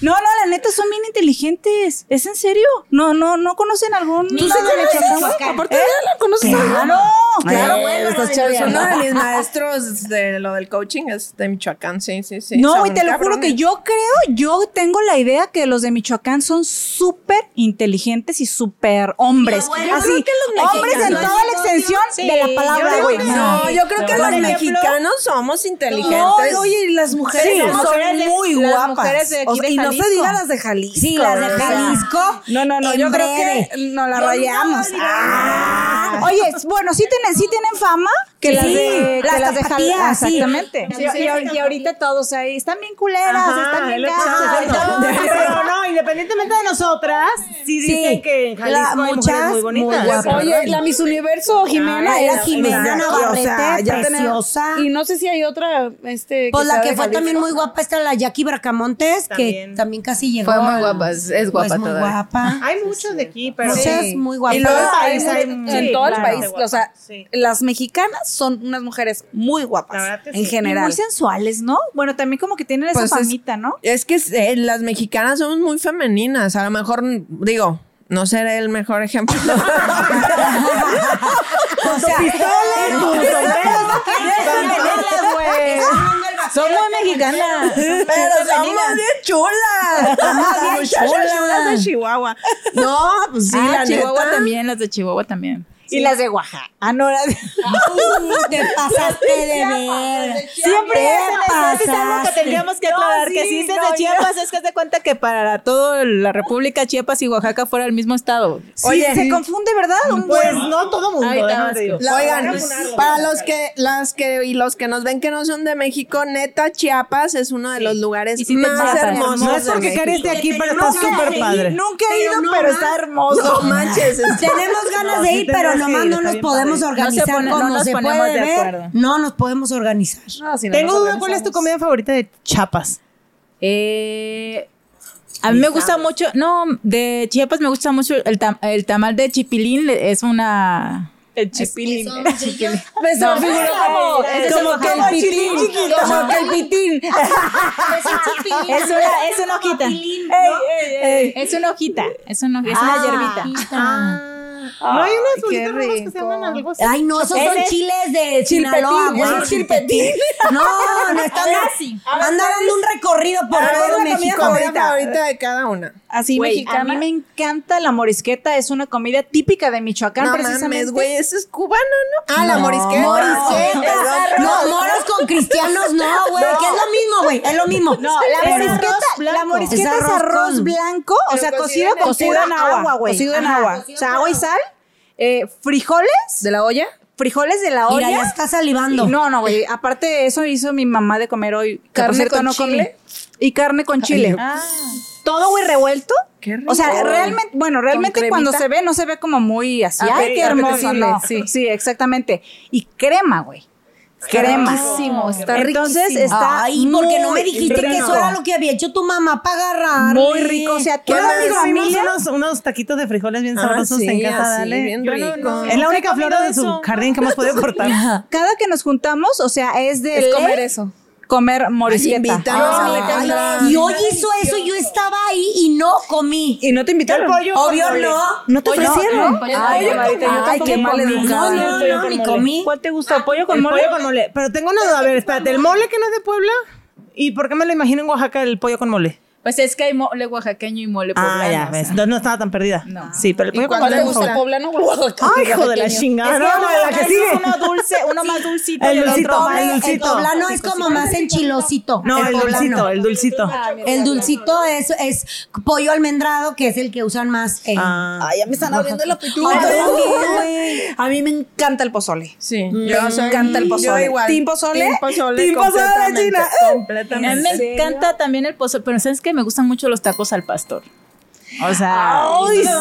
Speaker 1: no, no, la neta, son bien inteligentes. ¿Es en serio? No, no, no conocen algún... ¿Tú
Speaker 2: sí conoces Michoacán?
Speaker 1: Aparte, la conoces ¿Eh? Claro, claro, güey.
Speaker 3: estás Uno de mis maestros de lo del coaching es de Michoacán, sí, sí, sí.
Speaker 1: No,
Speaker 3: Son
Speaker 1: y te lo juro
Speaker 3: cabrones.
Speaker 1: que yo creo, yo tengo la idea que los de Michoacán son súper inteligentes y súper hombres.
Speaker 2: Mi abuela,
Speaker 1: Así,
Speaker 2: yo creo que los
Speaker 1: hombres en
Speaker 2: mexicanos,
Speaker 1: toda la extensión de la palabra, güey.
Speaker 3: No, yo creo que
Speaker 1: Por
Speaker 3: los
Speaker 1: ejemplo,
Speaker 3: mexicanos somos inteligentes.
Speaker 1: No, oye, y las mujeres
Speaker 3: Sí,
Speaker 1: son
Speaker 5: mujeres,
Speaker 1: muy
Speaker 5: las
Speaker 1: guapas.
Speaker 5: mujeres de aquí
Speaker 1: O sea,
Speaker 5: de
Speaker 1: y no se
Speaker 5: Jalisco.
Speaker 1: diga las de Jalisco.
Speaker 2: Sí, las de
Speaker 1: o sea.
Speaker 2: Jalisco.
Speaker 1: No, no, no,
Speaker 2: en
Speaker 1: yo
Speaker 2: breve.
Speaker 1: creo que nos la rayamos.
Speaker 2: digo-
Speaker 1: Ah. Oye, bueno, sí tienen, sí tienen fama que
Speaker 2: Sí,
Speaker 1: las de
Speaker 2: las
Speaker 1: que las de
Speaker 2: tapatías,
Speaker 1: Jalisco.
Speaker 2: sí.
Speaker 1: Exactamente. Y, y- y ahorita todos ahí están bien culeras, están bien gatas.
Speaker 4: No, pero no, independientemente de nosotras, sí dicen
Speaker 2: Sí.
Speaker 4: que en Jalisco
Speaker 1: La-
Speaker 4: hay mujeres
Speaker 1: muchas
Speaker 4: muy bonitas.
Speaker 1: muy guapas.
Speaker 8: Oye, la Miss Universo Jimena
Speaker 2: Ah,
Speaker 8: era
Speaker 2: la Jimena Navarrete,
Speaker 8: ya tenemos-
Speaker 2: preciosa.
Speaker 8: Y no sé si hay otra, este.
Speaker 2: Pues la
Speaker 8: sea
Speaker 2: que
Speaker 8: de
Speaker 2: fue también
Speaker 8: Jalisco.
Speaker 2: muy guapa está la Jackie Bracamontes, que
Speaker 4: También.
Speaker 2: también casi llegó.
Speaker 9: Fue muy
Speaker 2: a-
Speaker 9: guapa, es, es guapa
Speaker 2: Pues muy
Speaker 9: todavía.
Speaker 2: guapa.
Speaker 4: Hay muchos de aquí, pero
Speaker 2: Muchas muy guapas.
Speaker 4: En todo el
Speaker 8: Hay
Speaker 4: país
Speaker 8: muchas-
Speaker 4: hay
Speaker 8: en
Speaker 4: sí,
Speaker 8: todo el
Speaker 4: claro.
Speaker 8: país. O sea,
Speaker 4: Sí.
Speaker 8: las mexicanas son unas mujeres muy
Speaker 4: La verdad
Speaker 8: guapas.
Speaker 4: que
Speaker 8: En
Speaker 4: sí.
Speaker 1: Y
Speaker 8: general.
Speaker 1: muy sensuales, ¿no? Bueno, también como que tienen esa
Speaker 3: Pues es-
Speaker 1: famita, ¿no?
Speaker 3: Es que eh, las mexicanas somos muy femeninas. A lo mejor, digo, no seré el mejor ejemplo.
Speaker 2: O sea,
Speaker 1: Son muy mexicanas.
Speaker 3: Pero somos bien chulas. Somos bien chulas de Chihuahua. No, pues sí, la
Speaker 5: Ah, Chihuahua
Speaker 3: neta.
Speaker 5: también, las de Chihuahua también.
Speaker 1: Y las de Oaxaca. Ah, no, las de...
Speaker 2: Ay, te pasaste de ver.
Speaker 5: Siempre
Speaker 2: te
Speaker 5: es algo que
Speaker 2: pasaste.
Speaker 5: tendríamos que aclarar, que
Speaker 1: sí,
Speaker 5: si dices
Speaker 1: no, yo-
Speaker 5: de Chiapas, es que te cuenta que para toda la República Chiapas y Oaxaca fuera el mismo estado.
Speaker 1: Oye, se confunde, ¿verdad? Un
Speaker 4: Pues
Speaker 1: buen-
Speaker 4: no todo mundo,
Speaker 5: Ay,
Speaker 4: déjame
Speaker 5: Tabasco.
Speaker 4: te digo.
Speaker 3: La- Oigan, para los que, las que y los que nos ven que no son de México, neta Chiapas es uno de los lugares
Speaker 5: Y sí te
Speaker 3: más
Speaker 5: pasas.
Speaker 3: hermosos.
Speaker 4: No es
Speaker 3: de
Speaker 4: porque
Speaker 3: México.
Speaker 4: Karen esté aquí, pero está súper padre.
Speaker 1: Nunca he ido, pero está hermoso.
Speaker 3: No manches, es-
Speaker 2: Tenemos ganas de
Speaker 4: sí
Speaker 2: ir, pero
Speaker 4: tendrás
Speaker 2: nomás
Speaker 4: que ir,
Speaker 2: no
Speaker 4: está
Speaker 2: nos
Speaker 4: bien
Speaker 2: podemos
Speaker 4: padre.
Speaker 2: organizar
Speaker 5: No se pone- no
Speaker 2: como
Speaker 5: nos
Speaker 2: se
Speaker 5: ponemos
Speaker 2: puede
Speaker 5: de
Speaker 2: ver.
Speaker 5: acuerdo.
Speaker 2: No nos podemos organizar.
Speaker 4: Tengo duda, ¿cuál es tu comida favorita de Chiapas?
Speaker 5: Eh, a mí me gusta mucho, no, de Chiapas me gusta mucho el, tam- el tamal de chipilín, le- es una... El chipilín.
Speaker 8: Me se me figuró como,
Speaker 5: Ese es
Speaker 8: como
Speaker 5: el
Speaker 8: que el
Speaker 5: jabón
Speaker 8: pitín. Como que el pitín.
Speaker 5: Es una, es una hojita. Ey, ey, ey. Es una hojita, es una, es una hierbita.
Speaker 4: no
Speaker 3: Ah,
Speaker 4: hay unas bolitas rojas que se llaman algo así.
Speaker 2: Ay, no, esos son chiles de Sinaloa, güey.
Speaker 8: Es un chilpetín.
Speaker 2: No, no están así. Anda dando un recorrido por
Speaker 3: A ver,
Speaker 2: todo
Speaker 3: Ah, la comida
Speaker 2: México.
Speaker 3: favorita favorita de cada una.
Speaker 5: Ah,
Speaker 1: Así
Speaker 8: Güey,
Speaker 1: mexicana.
Speaker 8: a mí me
Speaker 1: encanta la morisqueta, es una comida típica de Michoacán,
Speaker 3: No mames, güey, eso es cubano, ¿no? Ah, la morisqueta.
Speaker 2: Morisqueta. No, moros con cristianos, no, güey. Que es lo mismo, güey. Es lo mismo.
Speaker 1: No, la
Speaker 2: Pero-
Speaker 1: morisqueta, la morisqueta
Speaker 2: Es
Speaker 1: es
Speaker 2: arroz
Speaker 1: arroz,
Speaker 2: con-
Speaker 1: blanco, o
Speaker 3: Pero
Speaker 1: sea,
Speaker 3: cocido
Speaker 1: cocido
Speaker 3: en
Speaker 1: con
Speaker 3: agua.
Speaker 1: pura agua, güey. Cocido en agua. O sea, agua y sal, eh, frijoles.
Speaker 3: ¿De la olla?
Speaker 5: frijoles de la olla.
Speaker 2: Mira, ya está salivando.
Speaker 5: Y No, no, güey. Aparte de eso hizo mi mamá de comer hoy. que, por
Speaker 4: ¿Carne
Speaker 5: cierto,
Speaker 4: con
Speaker 5: no comí.
Speaker 4: chile?
Speaker 5: Y carne con chile. Ah. Todo, güey, revuelto.
Speaker 3: Qué rico.
Speaker 5: O sea, realmente, bueno, realmente cuando se ve, no se ve como muy así.
Speaker 4: Ape-
Speaker 5: Ay, qué hermoso.
Speaker 4: apetecible,
Speaker 5: no.
Speaker 4: sí.
Speaker 5: Sí. exactamente. Y crema, güey. Crema.
Speaker 4: riquísimo, está
Speaker 5: Entonces
Speaker 4: riquísimo.
Speaker 5: está.
Speaker 2: Ay, porque no
Speaker 5: muy
Speaker 2: me dijiste que
Speaker 5: rico.
Speaker 2: eso era lo que había hecho tu mamá para agarrar.
Speaker 5: Muy rico. O sea,
Speaker 4: ¿Qué
Speaker 5: toda
Speaker 4: más
Speaker 5: mi
Speaker 4: comimos
Speaker 5: familia.
Speaker 4: unos, unos taquitos de frijoles bien
Speaker 3: Ah,
Speaker 4: sabrosos
Speaker 3: sí,
Speaker 4: en casa,
Speaker 3: así,
Speaker 4: dale.
Speaker 3: bien
Speaker 4: Yo no-
Speaker 3: rico.
Speaker 4: no, es la única flor de su jardín que hemos podido cortar.
Speaker 5: Cada que nos juntamos, o sea, es de
Speaker 4: Es comer
Speaker 5: ley
Speaker 4: eso.
Speaker 5: Comer morisqueta.
Speaker 3: Invítanos, Alejandra.
Speaker 2: Y hoy hizo eso, yo estaba ahí y no comí.
Speaker 4: Y no te invitaron.
Speaker 2: Obvio no.
Speaker 5: ¿No te ofrecieron?
Speaker 4: Ay, comadrita, yo
Speaker 2: Ay,
Speaker 4: tampoco
Speaker 2: qué
Speaker 4: comí.
Speaker 2: mal
Speaker 4: No,
Speaker 2: educada.
Speaker 4: no,
Speaker 2: No, no, ni comí. Ah,
Speaker 5: ¿Cuál te gusta? ¿Pollo con
Speaker 4: El
Speaker 5: mole?
Speaker 4: pollo con mole. Pero tengo una duda. A ver, espérate. ¿El mole que no es de Puebla? ¿Y por qué me lo imagino en Oaxaca el pollo con mole?
Speaker 10: Pues es que hay mole oaxaqueño y mole poblano.
Speaker 4: Ah, ya
Speaker 10: o
Speaker 4: ves.
Speaker 10: sea.
Speaker 4: Entonces no estaba tan perdida.
Speaker 10: No.
Speaker 4: Sí, pero el pollo con
Speaker 8: ¿Cuál
Speaker 4: mole
Speaker 8: te
Speaker 4: en
Speaker 8: gusta?
Speaker 4: Oaxaca.
Speaker 8: ¿Poblano o oaxaqueño?
Speaker 4: Ay, hijo de la chingada. No, no, la que sigue.
Speaker 5: uno dulce, uno más dulcito.
Speaker 4: El
Speaker 5: y otro
Speaker 4: dulcito,
Speaker 5: más-
Speaker 4: el
Speaker 2: El
Speaker 4: dulcito.
Speaker 2: poblano es como más enchilosito.
Speaker 4: No, el
Speaker 2: poblano.
Speaker 4: dulcito, el dulcito.
Speaker 2: El dulcito es, es pollo almendrado, que es el que usan más. en-
Speaker 4: Ah.
Speaker 8: Ay, ya me están abriendo el apetito.
Speaker 2: Ay, también,
Speaker 1: A mí me encanta el pozole.
Speaker 3: Sí.
Speaker 1: me encanta el pozole.
Speaker 3: Yo igual.
Speaker 1: ¿Team pozole?
Speaker 3: Team pozole.
Speaker 1: Team pozole,
Speaker 3: completamente,
Speaker 1: China.
Speaker 10: A mí
Speaker 3: Completamente.
Speaker 10: me encanta también el pozole, pero ¿sabes qué? Me gustan mucho los tacos al pastor.
Speaker 4: O sea.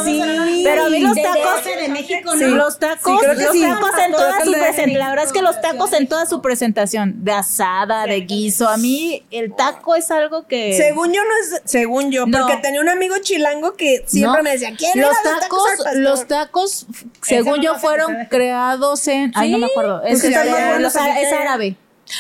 Speaker 2: sí.
Speaker 5: Pero a mí los
Speaker 2: De-
Speaker 5: tacos-
Speaker 2: de México,
Speaker 10: Sí,
Speaker 2: no.
Speaker 10: los tacos,
Speaker 1: creo que
Speaker 10: los
Speaker 1: sí.
Speaker 10: tacos en
Speaker 1: Pastor
Speaker 10: toda su
Speaker 1: Calderón.
Speaker 10: presentación. La verdad es que los tacos en toda su presentación, de asada, de guiso. A mí el taco es algo que.
Speaker 3: Según yo no es, según yo,
Speaker 10: No.
Speaker 3: porque tenía un amigo chilango que siempre
Speaker 10: No.
Speaker 3: me decía, ¿quién
Speaker 10: los tacos, los tacos, f- según yo, fueron creados en. Ay, no me acuerdo. Es,
Speaker 3: Pues
Speaker 10: es-
Speaker 3: ya, ya,
Speaker 10: es-
Speaker 3: ya,
Speaker 10: es-
Speaker 3: ya.
Speaker 10: es árabe.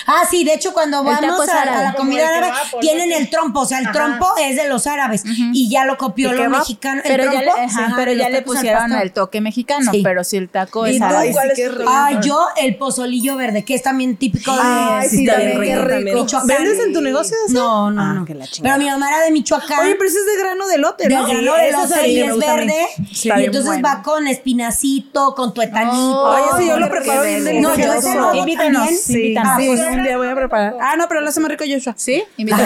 Speaker 2: Ah, sí, de hecho, cuando
Speaker 10: El
Speaker 2: vamos
Speaker 10: taco es
Speaker 2: a, a
Speaker 10: árabe.
Speaker 2: la comida árabe, tienen el trompo. O sea, el trompo es de los árabes. Y ya lo copió
Speaker 10: El
Speaker 2: los
Speaker 10: kebab.
Speaker 2: mexicanos. El
Speaker 10: Pero ya le,
Speaker 2: trompo,
Speaker 10: ajá,
Speaker 2: ajá,
Speaker 10: pero
Speaker 2: los
Speaker 10: ya le
Speaker 2: tacos al
Speaker 10: pusieron
Speaker 2: pastor.
Speaker 10: el toque mexicano,
Speaker 2: Sí.
Speaker 10: pero si el taco
Speaker 5: Pues
Speaker 10: es
Speaker 3: tú
Speaker 10: árabe.
Speaker 3: cuál es tu
Speaker 2: Ah, yo el pozolillo verde, que es también típico de
Speaker 3: Ay, sí,
Speaker 2: de
Speaker 3: también, qué
Speaker 2: de
Speaker 3: rico.
Speaker 2: Michoacán.
Speaker 4: ¿Vendes en tu negocio? ese?
Speaker 2: No, no,
Speaker 4: Ah,
Speaker 2: no.
Speaker 4: que la chingada.
Speaker 2: Pero mi mamá era de Michoacán.
Speaker 1: Oye, pero ese es de grano de lote,
Speaker 2: de
Speaker 1: ¿no?
Speaker 2: grano de
Speaker 1: Ese
Speaker 2: lote
Speaker 1: el
Speaker 2: y
Speaker 1: que me
Speaker 2: es
Speaker 1: gusta a mí.
Speaker 2: verde.
Speaker 4: Está
Speaker 2: y
Speaker 4: bien
Speaker 2: entonces
Speaker 4: bueno.
Speaker 2: va con espinacito, con tuetanito.
Speaker 1: Oye, sí, yo lo preparo
Speaker 2: qué
Speaker 1: bien
Speaker 2: verde. No, yo ese
Speaker 1: delicioso.
Speaker 2: lo hago también.
Speaker 4: Sí,
Speaker 2: Ah,
Speaker 4: sí,
Speaker 2: pues,
Speaker 4: un día voy a preparar.
Speaker 1: Ah, no, pero lo hace más rico Joshua.
Speaker 10: ¿Sí? Invítame.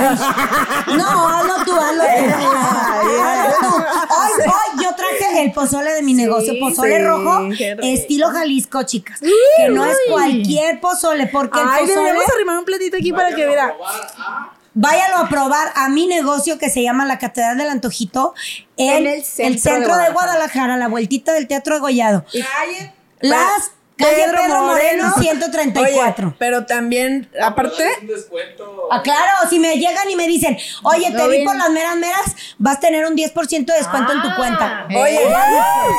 Speaker 2: No, hazlo tú, hazlo tú. Hazlo tú. Hoy, hoy yo traje el pozole de mi negocio, pozole rojo, estilo Jalisco, chicas. Que no es cualquier pozole, porque
Speaker 1: Ay,
Speaker 2: el pozole...
Speaker 1: deberíamos arrimar un platito aquí para que mira.
Speaker 2: Váyalo a probar a mi negocio que se llama la Catedral del Antojito en, el centro, de, Guadalajara. la vueltita del Teatro de Gollado. Las calle Pedro, Moreno 134.
Speaker 3: pero también, aparte,
Speaker 2: Ah, claro, si me llegan y me dicen, oye, te vi por las meras meras, vas a tener un 10% de descuento en tu cuenta.
Speaker 3: oye,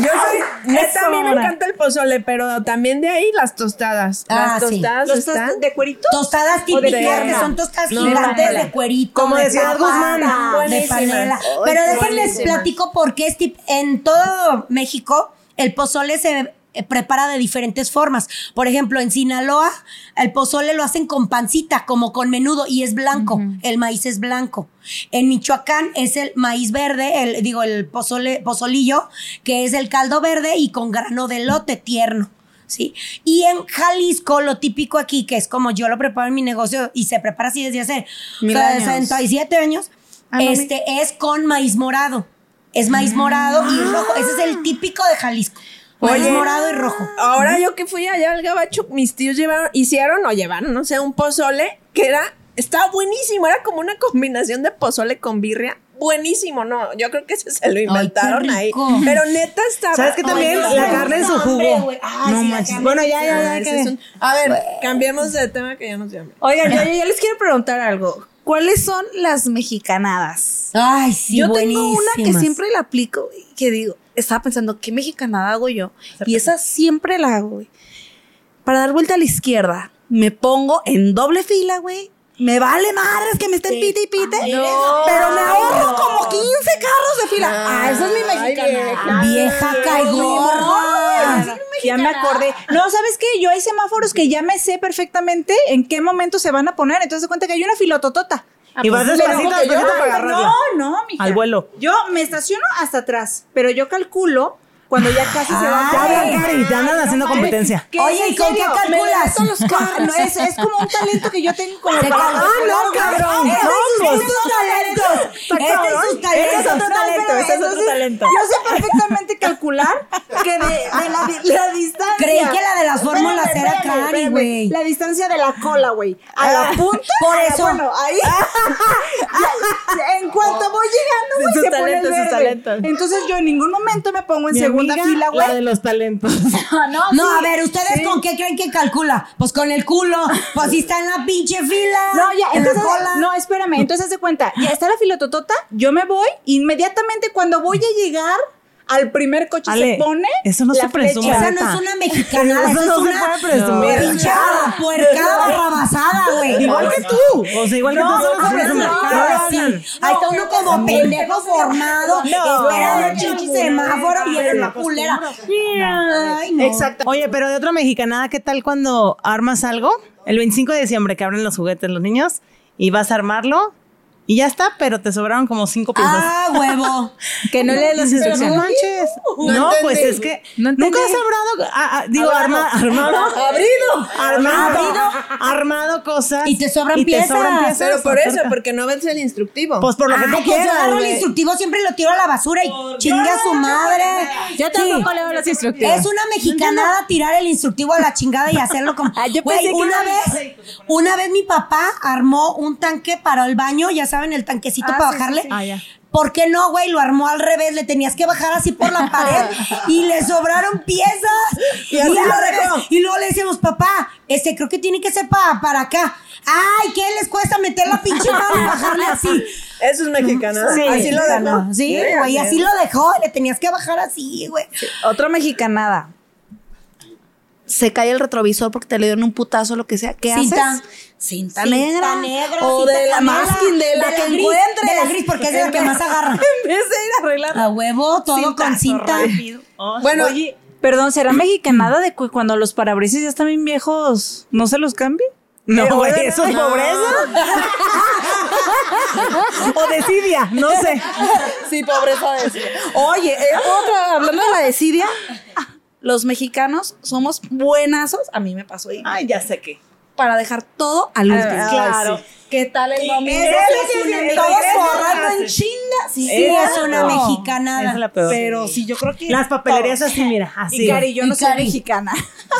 Speaker 3: yo soy, neta, a mí me encanta el pozole, pero también de ahí las tostadas.
Speaker 2: Ah,
Speaker 3: las
Speaker 2: sí.
Speaker 3: tostadas
Speaker 1: ¿Los
Speaker 3: están...
Speaker 1: tostas de cuerito?
Speaker 2: Tostadas
Speaker 3: de
Speaker 2: típicas, que
Speaker 3: panela.
Speaker 2: son tostadas
Speaker 3: No, de
Speaker 2: gigantes
Speaker 3: panela.
Speaker 2: de cuerito.
Speaker 1: Como
Speaker 2: de
Speaker 1: decía
Speaker 2: papa,
Speaker 1: Guzmán,
Speaker 2: de
Speaker 3: buenísimas.
Speaker 2: panela.
Speaker 3: Ay,
Speaker 2: Pero
Speaker 3: qué
Speaker 2: déjenles
Speaker 3: buenísimas.
Speaker 2: platico porque es tip- en todo México el pozole se eh, prepara de diferentes formas. Por ejemplo, en Sinaloa el pozole lo hacen con pancita, como con menudo, y es blanco. El maíz es blanco. En Michoacán es el maíz verde, el, digo, el pozole, pozolillo, que es el caldo verde y con grano de lote tierno. ¿sí? Y en Jalisco, lo típico aquí, que es como yo lo preparo en mi negocio y se prepara así desde hace
Speaker 3: Mil años.
Speaker 2: 67 años,
Speaker 5: Ah,
Speaker 2: este es con maíz morado. Es maíz morado
Speaker 5: Ah.
Speaker 2: y rojo. Ese es el típico de Jalisco. Maíz
Speaker 3: Oye.
Speaker 2: morado y rojo.
Speaker 3: Ahora yo que fui allá al gabacho, mis tíos llevaron, hicieron o llevaron, no sé, un pozole que era, estaba buenísimo, era como una combinación de pozole con birria. Buenísimo, no, yo creo que ese se lo inventaron ahí.
Speaker 2: rico.
Speaker 3: Pero neta estaba.
Speaker 4: ¿Sabes qué también?
Speaker 2: Ay, no,
Speaker 4: la
Speaker 2: no,
Speaker 4: carne en su
Speaker 2: no,
Speaker 4: jugo.
Speaker 2: hombre, güey. Ay,
Speaker 4: no
Speaker 2: sí, la
Speaker 4: manches.
Speaker 2: carne.
Speaker 4: Bueno, ya, ya,
Speaker 3: Ah,
Speaker 4: ya.
Speaker 3: ese
Speaker 4: que-
Speaker 3: es un- A ver, cambiemos de tema que ya nos llame.
Speaker 1: Oigan, yo, yo- yo les quiero preguntar algo. ¿Cuáles son las mexicanadas?
Speaker 2: Ay, sí,
Speaker 1: yo tengo una que
Speaker 2: buenísimas.
Speaker 1: siempre la aplico, güey, que digo, estaba pensando, ¿qué mexicanada hago yo? Y esa siempre la hago, güey. Para dar vuelta a la izquierda, me pongo en doble fila, güey. Me vale madres que me estén pite y pite, pero me ahorro como 15 carros de fila. Ah, esa es mi mexicana.
Speaker 2: Vieja caigorra.
Speaker 5: Ya me acordé. No, ¿sabes qué? Yo hay semáforos que ya me sé perfectamente en qué momento se van a poner. Entonces, se cuenta que hay una filototota.
Speaker 4: Y vas despacito,
Speaker 5: Pero-
Speaker 4: despacito para
Speaker 5: No,
Speaker 4: agarrarla.
Speaker 5: no, mija.
Speaker 4: Al vuelo.
Speaker 5: Yo me estaciono hasta atrás, pero yo calculo
Speaker 4: Cuando ya casi se
Speaker 2: Ay,
Speaker 4: va. Ya vean, Cari, te andan haciendo competencia.
Speaker 2: Oye, ¿y con qué calculas?
Speaker 5: Son los carros. No, es, es como un talento que yo tengo como
Speaker 2: Se
Speaker 5: para
Speaker 2: cal-
Speaker 5: calcular.
Speaker 2: no, cabrón.
Speaker 5: Este
Speaker 2: No,
Speaker 5: es
Speaker 2: este es
Speaker 5: otro
Speaker 2: tu talento. Este es tu talento. Este
Speaker 5: Ese es otro
Speaker 2: No,
Speaker 5: talento,
Speaker 2: espérame,
Speaker 5: ese es otro
Speaker 2: entonces,
Speaker 5: talento.
Speaker 2: yo sé-
Speaker 5: Yo sé perfectamente calcular que de, de la, di- la distancia.
Speaker 2: Creí que la de las fórmulas
Speaker 5: Espérame,
Speaker 2: era
Speaker 5: espérame,
Speaker 2: Cari,
Speaker 5: espérame.
Speaker 2: güey. Ah,
Speaker 5: La distancia de la cola, güey. A la punta.
Speaker 2: Por
Speaker 5: a la-
Speaker 2: eso.
Speaker 5: Bueno, ahí. Ya, en cuanto voy llegando, güey,
Speaker 4: oh, Sus
Speaker 5: se pone el
Speaker 4: talentos, sus
Speaker 5: verde.
Speaker 4: talentos.
Speaker 5: Entonces yo en ningún momento me pongo en
Speaker 4: Mi
Speaker 5: segunda
Speaker 4: amiga,
Speaker 5: fila,
Speaker 4: La de
Speaker 5: güey.
Speaker 4: los talentos.
Speaker 2: No, a ver, ¿ustedes con qué creen que calcula? Pues con el culo. Pues si está en la pinche fila.
Speaker 5: No, ya,
Speaker 2: en la
Speaker 5: entonces,
Speaker 2: cola.
Speaker 5: no, espérame, entonces haz de cuenta, ya está la filototota, yo me voy, inmediatamente cuando voy a llegar al primer coche
Speaker 4: Ale,
Speaker 5: se pone
Speaker 4: eso no
Speaker 5: la
Speaker 4: se presume.
Speaker 2: Esa no
Speaker 4: neta.
Speaker 2: es una mexicana,
Speaker 4: Ah, Eso
Speaker 2: esa
Speaker 4: no
Speaker 2: es
Speaker 4: se
Speaker 2: una
Speaker 4: puede presumir.
Speaker 2: pinche puerca barrabasada, güey.
Speaker 4: Igual que tú. O sea, igual que tú. solo
Speaker 2: No,
Speaker 4: se
Speaker 2: no,
Speaker 4: presume.
Speaker 2: no,
Speaker 4: No lo
Speaker 2: sí.
Speaker 4: hagan.
Speaker 2: Ahí está uno como pendejo formado, espera el chichi semáforo y en la culera. Ay, no.
Speaker 4: Oye, pero de otra mexicanada, ¿qué tal cuando armas algo? El 25 de diciembre que abren los juguetes los niños y vas a armarlo y ya está, pero te sobraron como cinco piezas.
Speaker 2: Ah, huevo.
Speaker 4: que no lees las instrucciones. No manches. No, pues es que nunca has hablado, a- a- digo, arma- armado.
Speaker 8: ¡Abrido!
Speaker 4: Armado, armado cosas.
Speaker 2: Y te sobran
Speaker 4: y te
Speaker 2: piezas.
Speaker 4: sobran piezas.
Speaker 3: Pero por eso,
Speaker 4: Acerca.
Speaker 3: porque no ves el instructivo.
Speaker 4: Pues por lo que
Speaker 2: Ay,
Speaker 4: tú
Speaker 2: que yo
Speaker 4: quieras.
Speaker 2: agarro Ah, el
Speaker 4: güey.
Speaker 2: instructivo, siempre lo tiro a la basura y chinga a su madre.
Speaker 10: Yo tampoco leo los instructivos.
Speaker 2: Es una mexicanada tirar el instructivo a la chingada y hacerlo como.
Speaker 10: Ah, yo
Speaker 2: Güey,
Speaker 10: pensé que
Speaker 2: una
Speaker 10: era-
Speaker 2: vez, una vez mi papá armó un tanque para el baño, ya saben, el tanquecito para bajarle. ¿Por qué no, güey? Lo armó al revés, le tenías que bajar así por la pared y le sobraron piezas.
Speaker 3: Y así
Speaker 2: al
Speaker 3: lo
Speaker 2: revés.
Speaker 3: dejó.
Speaker 2: Y luego le decimos, papá, este creo que tiene que ser pa- para acá. Ay, ¿qué les cuesta meter la pinche mano y bajarle así?
Speaker 3: Eso es mexicana.
Speaker 2: Sí,
Speaker 3: así lo
Speaker 2: mexicano.
Speaker 3: dejó.
Speaker 2: Sí, güey, así lo dejó. Le tenías que bajar así, güey.
Speaker 5: Otra mexicanada.
Speaker 8: Se cae el retrovisor porque te le dieron un putazo, lo que sea. ¿Qué
Speaker 2: Cinta.
Speaker 8: haces? Cinta,
Speaker 2: Cinta
Speaker 8: negra.
Speaker 2: negra,
Speaker 8: O
Speaker 2: cinta
Speaker 8: de la
Speaker 2: canela,
Speaker 8: masking, de la que
Speaker 2: gris,
Speaker 8: encuentres.
Speaker 2: De la gris, porque es de la que más agarra.
Speaker 5: En vez de ir a arreglar.
Speaker 2: A huevo, todo con cinta.
Speaker 3: Bueno,
Speaker 5: Perdón, ¿será mexicanada de cu- cuando los parabrisas ya están bien viejos? ¿No se los cambie?
Speaker 4: No, güey, eso es pobreza. o desidia, no sé.
Speaker 8: Sí, pobreza de Oye, eh, otra, hablando de la desidia, los mexicanos somos buenazos, a mí me pasó ahí,
Speaker 4: Ay, ya sé qué.
Speaker 8: para dejar todo al último.
Speaker 4: Claro.
Speaker 8: ¿Qué tal el domingo?
Speaker 4: eso
Speaker 8: Sí,
Speaker 4: sí
Speaker 8: es
Speaker 4: es
Speaker 8: una
Speaker 4: el
Speaker 8: mexicana.
Speaker 4: regreso.
Speaker 8: Todos forrando en chinga. Sí,
Speaker 2: Sí, es
Speaker 8: claro.
Speaker 2: una
Speaker 4: Esa es
Speaker 2: mexicanada.
Speaker 4: la peor.
Speaker 8: Pero sí, yo creo que.
Speaker 4: Las papelerías así, mira, así.
Speaker 5: Y Cari, yo no soy
Speaker 2: Cari.
Speaker 5: mexicana.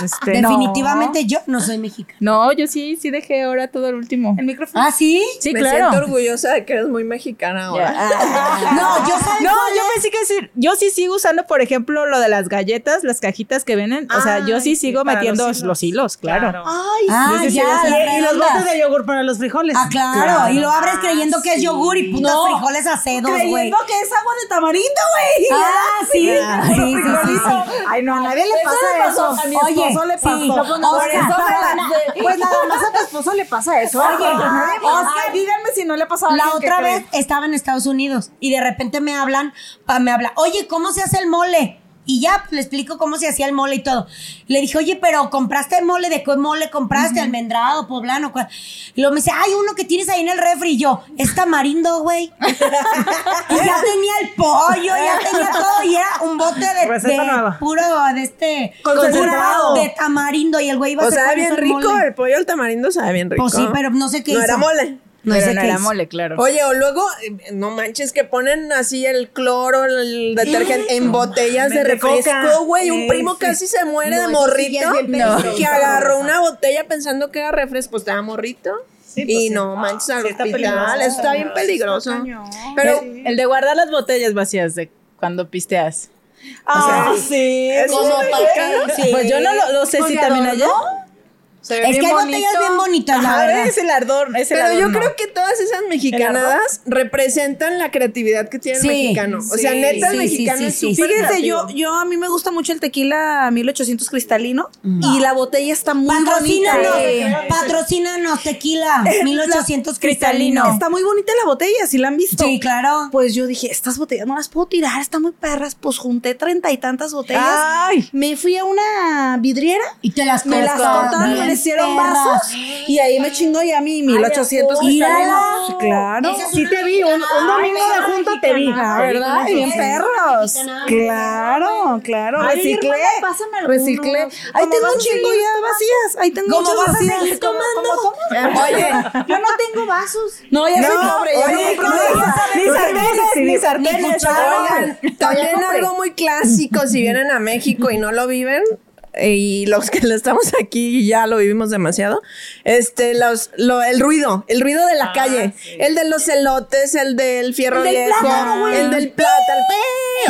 Speaker 4: Este, no.
Speaker 2: Definitivamente yo no soy mexicana.
Speaker 10: No, yo sí, sí dejé ahora todo el último.
Speaker 5: El micrófono.
Speaker 2: ¿Ah, sí?
Speaker 10: Sí,
Speaker 3: me
Speaker 10: claro.
Speaker 3: siento orgullosa de que eres muy mexicana ahora.
Speaker 2: No, yo sabes
Speaker 10: No,
Speaker 2: cuál
Speaker 10: yo
Speaker 2: es?
Speaker 10: pensé que sí. Yo sí sigo usando, por ejemplo, lo de las galletas, las cajitas que venden. O sea, yo sí sigo
Speaker 4: para
Speaker 10: metiendo
Speaker 4: los
Speaker 10: los hilos,
Speaker 4: hilos.
Speaker 10: claro.
Speaker 2: Ay, ah,
Speaker 4: Sí, sí, sí,
Speaker 2: ya,
Speaker 4: sí.
Speaker 2: la
Speaker 4: Y- y los
Speaker 2: redonda.
Speaker 4: botes de yogur para los frijoles.
Speaker 2: Ah, claro. Y lo abres creyendo que es yogur y putas frijoles acedos, güey.
Speaker 5: Creyendo que es agua de tamarindo, güey.
Speaker 2: Ah, sí.
Speaker 4: Claro.
Speaker 2: Sí, sí, sí, sí.
Speaker 5: Ay, no, a nadie le
Speaker 8: Eso le
Speaker 5: pasa eso.
Speaker 8: pasó. A mi
Speaker 2: Oye,
Speaker 8: esposo le pasó.
Speaker 2: sí.
Speaker 8: No, pues, no,
Speaker 2: Oscar,
Speaker 8: por eso me
Speaker 2: para-
Speaker 8: la-
Speaker 5: Pues nada más a tu esposo le pasa eso.
Speaker 2: Oye,
Speaker 5: Ay,
Speaker 2: Oscar.
Speaker 5: díganme si no le pasa a
Speaker 2: La
Speaker 5: alguien que
Speaker 2: otra
Speaker 5: cree.
Speaker 2: vez estaba en Estados Unidos y de repente me hablan, pa- me habla, oye, ¿cómo se hace el mole? Y ya pues, le explico cómo se hacía el mole y todo. Le dije, oye, pero compraste el mole, ¿de qué mole compraste? Almendrado, poblano. cuál?". Y luego me dice, hay uno que tienes ahí en el refri. Y yo, es tamarindo, güey. y ya tenía el pollo, ya tenía todo. Y era un bote de,
Speaker 4: Receta
Speaker 2: de
Speaker 4: nueva.
Speaker 2: puro, de este,
Speaker 4: Concentrado.
Speaker 2: puro de tamarindo. Y el güey iba a
Speaker 3: O
Speaker 2: hacer
Speaker 3: sabe
Speaker 2: con
Speaker 3: bien
Speaker 2: eso el
Speaker 3: rico,
Speaker 2: mole.
Speaker 3: el pollo al tamarindo sabe bien rico.
Speaker 2: Pues sí, pero no sé qué
Speaker 3: No
Speaker 2: hizo.
Speaker 3: era mole.
Speaker 2: No
Speaker 10: Pero
Speaker 2: sé
Speaker 10: no
Speaker 2: qué
Speaker 10: era
Speaker 2: hizo.
Speaker 10: mole, claro.
Speaker 3: Oye, o luego, eh, no manches, que ponen así el cloro, el detergente en botellas de
Speaker 4: de coca.
Speaker 3: refresco, güey. Un primo casi se muere de morrito que agarró una botella pensando que era refresco, pues estaba morrito. y no manches al
Speaker 4: está
Speaker 3: hospital,
Speaker 4: peligroso.
Speaker 3: eso está bien peligroso. Pero
Speaker 10: el, el de guardar las botellas vacías de cuando pisteas.
Speaker 4: Ah, sí.
Speaker 3: eso
Speaker 8: Como
Speaker 3: es
Speaker 8: para-
Speaker 3: mexicano.
Speaker 10: Pues yo no lo, no sé si también allá.
Speaker 2: Es que hay botellas bien bonitas, la
Speaker 10: A
Speaker 2: verdad.
Speaker 10: ver, es el ardor. Es el
Speaker 3: Pero yo
Speaker 10: adorno.
Speaker 3: creo que todas esas mexicanadas representan la creatividad que tiene
Speaker 2: Sí,
Speaker 3: el mexicano. O sea, neta,
Speaker 2: sí,
Speaker 3: el
Speaker 2: sí,
Speaker 3: mexicano
Speaker 2: sí,
Speaker 3: es
Speaker 2: sí.
Speaker 3: súper
Speaker 8: Fíjense, yo,
Speaker 3: creativo.
Speaker 8: yo a mí me gusta mucho el tequila 1800 cristalino y la botella está muy bonita. eh.
Speaker 2: Patrocínanos,
Speaker 8: Sí.
Speaker 2: patrocínanos, tequila, 1800 cristalino.
Speaker 8: Está muy bonita la botella, si la han visto.
Speaker 2: Sí, claro.
Speaker 8: Pues yo dije, estas botellas no las puedo tirar, están muy perras. Pues junté treinta y tantas botellas.
Speaker 4: Ay.
Speaker 8: Me fui a una vidriera,
Speaker 2: Y te las
Speaker 8: me las cortaron en ofrecieron vasos y ahí me chingo y a mí 1800
Speaker 2: Ay,
Speaker 8: pesos.
Speaker 2: mírala.
Speaker 8: Claro. Ah,
Speaker 2: Esa es
Speaker 4: Sí
Speaker 2: una
Speaker 4: te vi, un, un
Speaker 2: mexicana.
Speaker 4: domingo
Speaker 2: Ay,
Speaker 4: de junta te vi.
Speaker 2: mexicana.
Speaker 8: ¿Verdad?
Speaker 2: Ay,
Speaker 8: Bien
Speaker 2: sí.
Speaker 8: perros.
Speaker 2: Mexicana.
Speaker 8: Claro, claro.
Speaker 10: Ay,
Speaker 8: Reciclé.
Speaker 10: hermana, pásame alguno.
Speaker 8: Reciclé. Ahí
Speaker 10: ¿Cómo
Speaker 8: tengo
Speaker 10: vas
Speaker 8: un
Speaker 10: a
Speaker 8: chingo
Speaker 10: seguir?
Speaker 8: ya vacías. Ahí tengo
Speaker 2: ¿Cómo
Speaker 8: muchas
Speaker 2: vas a
Speaker 8: vacías.
Speaker 2: seguir tomando?
Speaker 8: Oye,
Speaker 10: Yo no tengo vasos.
Speaker 8: no, ya soy pobre. Ya
Speaker 3: oye,
Speaker 8: no
Speaker 3: ¿cómo
Speaker 8: compro
Speaker 3: vas a
Speaker 8: nada.
Speaker 4: Ni sartenes, ni
Speaker 2: Ni
Speaker 4: sartenes.
Speaker 2: cuchara.
Speaker 4: oigan.
Speaker 3: También algo muy clásico, si vienen a México y no lo viven, y los que lo estamos aquí ya lo vivimos demasiado, este, los, lo- el ruido, el ruido
Speaker 4: Ah,
Speaker 3: de la calle, el de los elotes, el del fierro
Speaker 2: El del
Speaker 3: viejo,
Speaker 2: plátano, güey.
Speaker 3: el del plátano,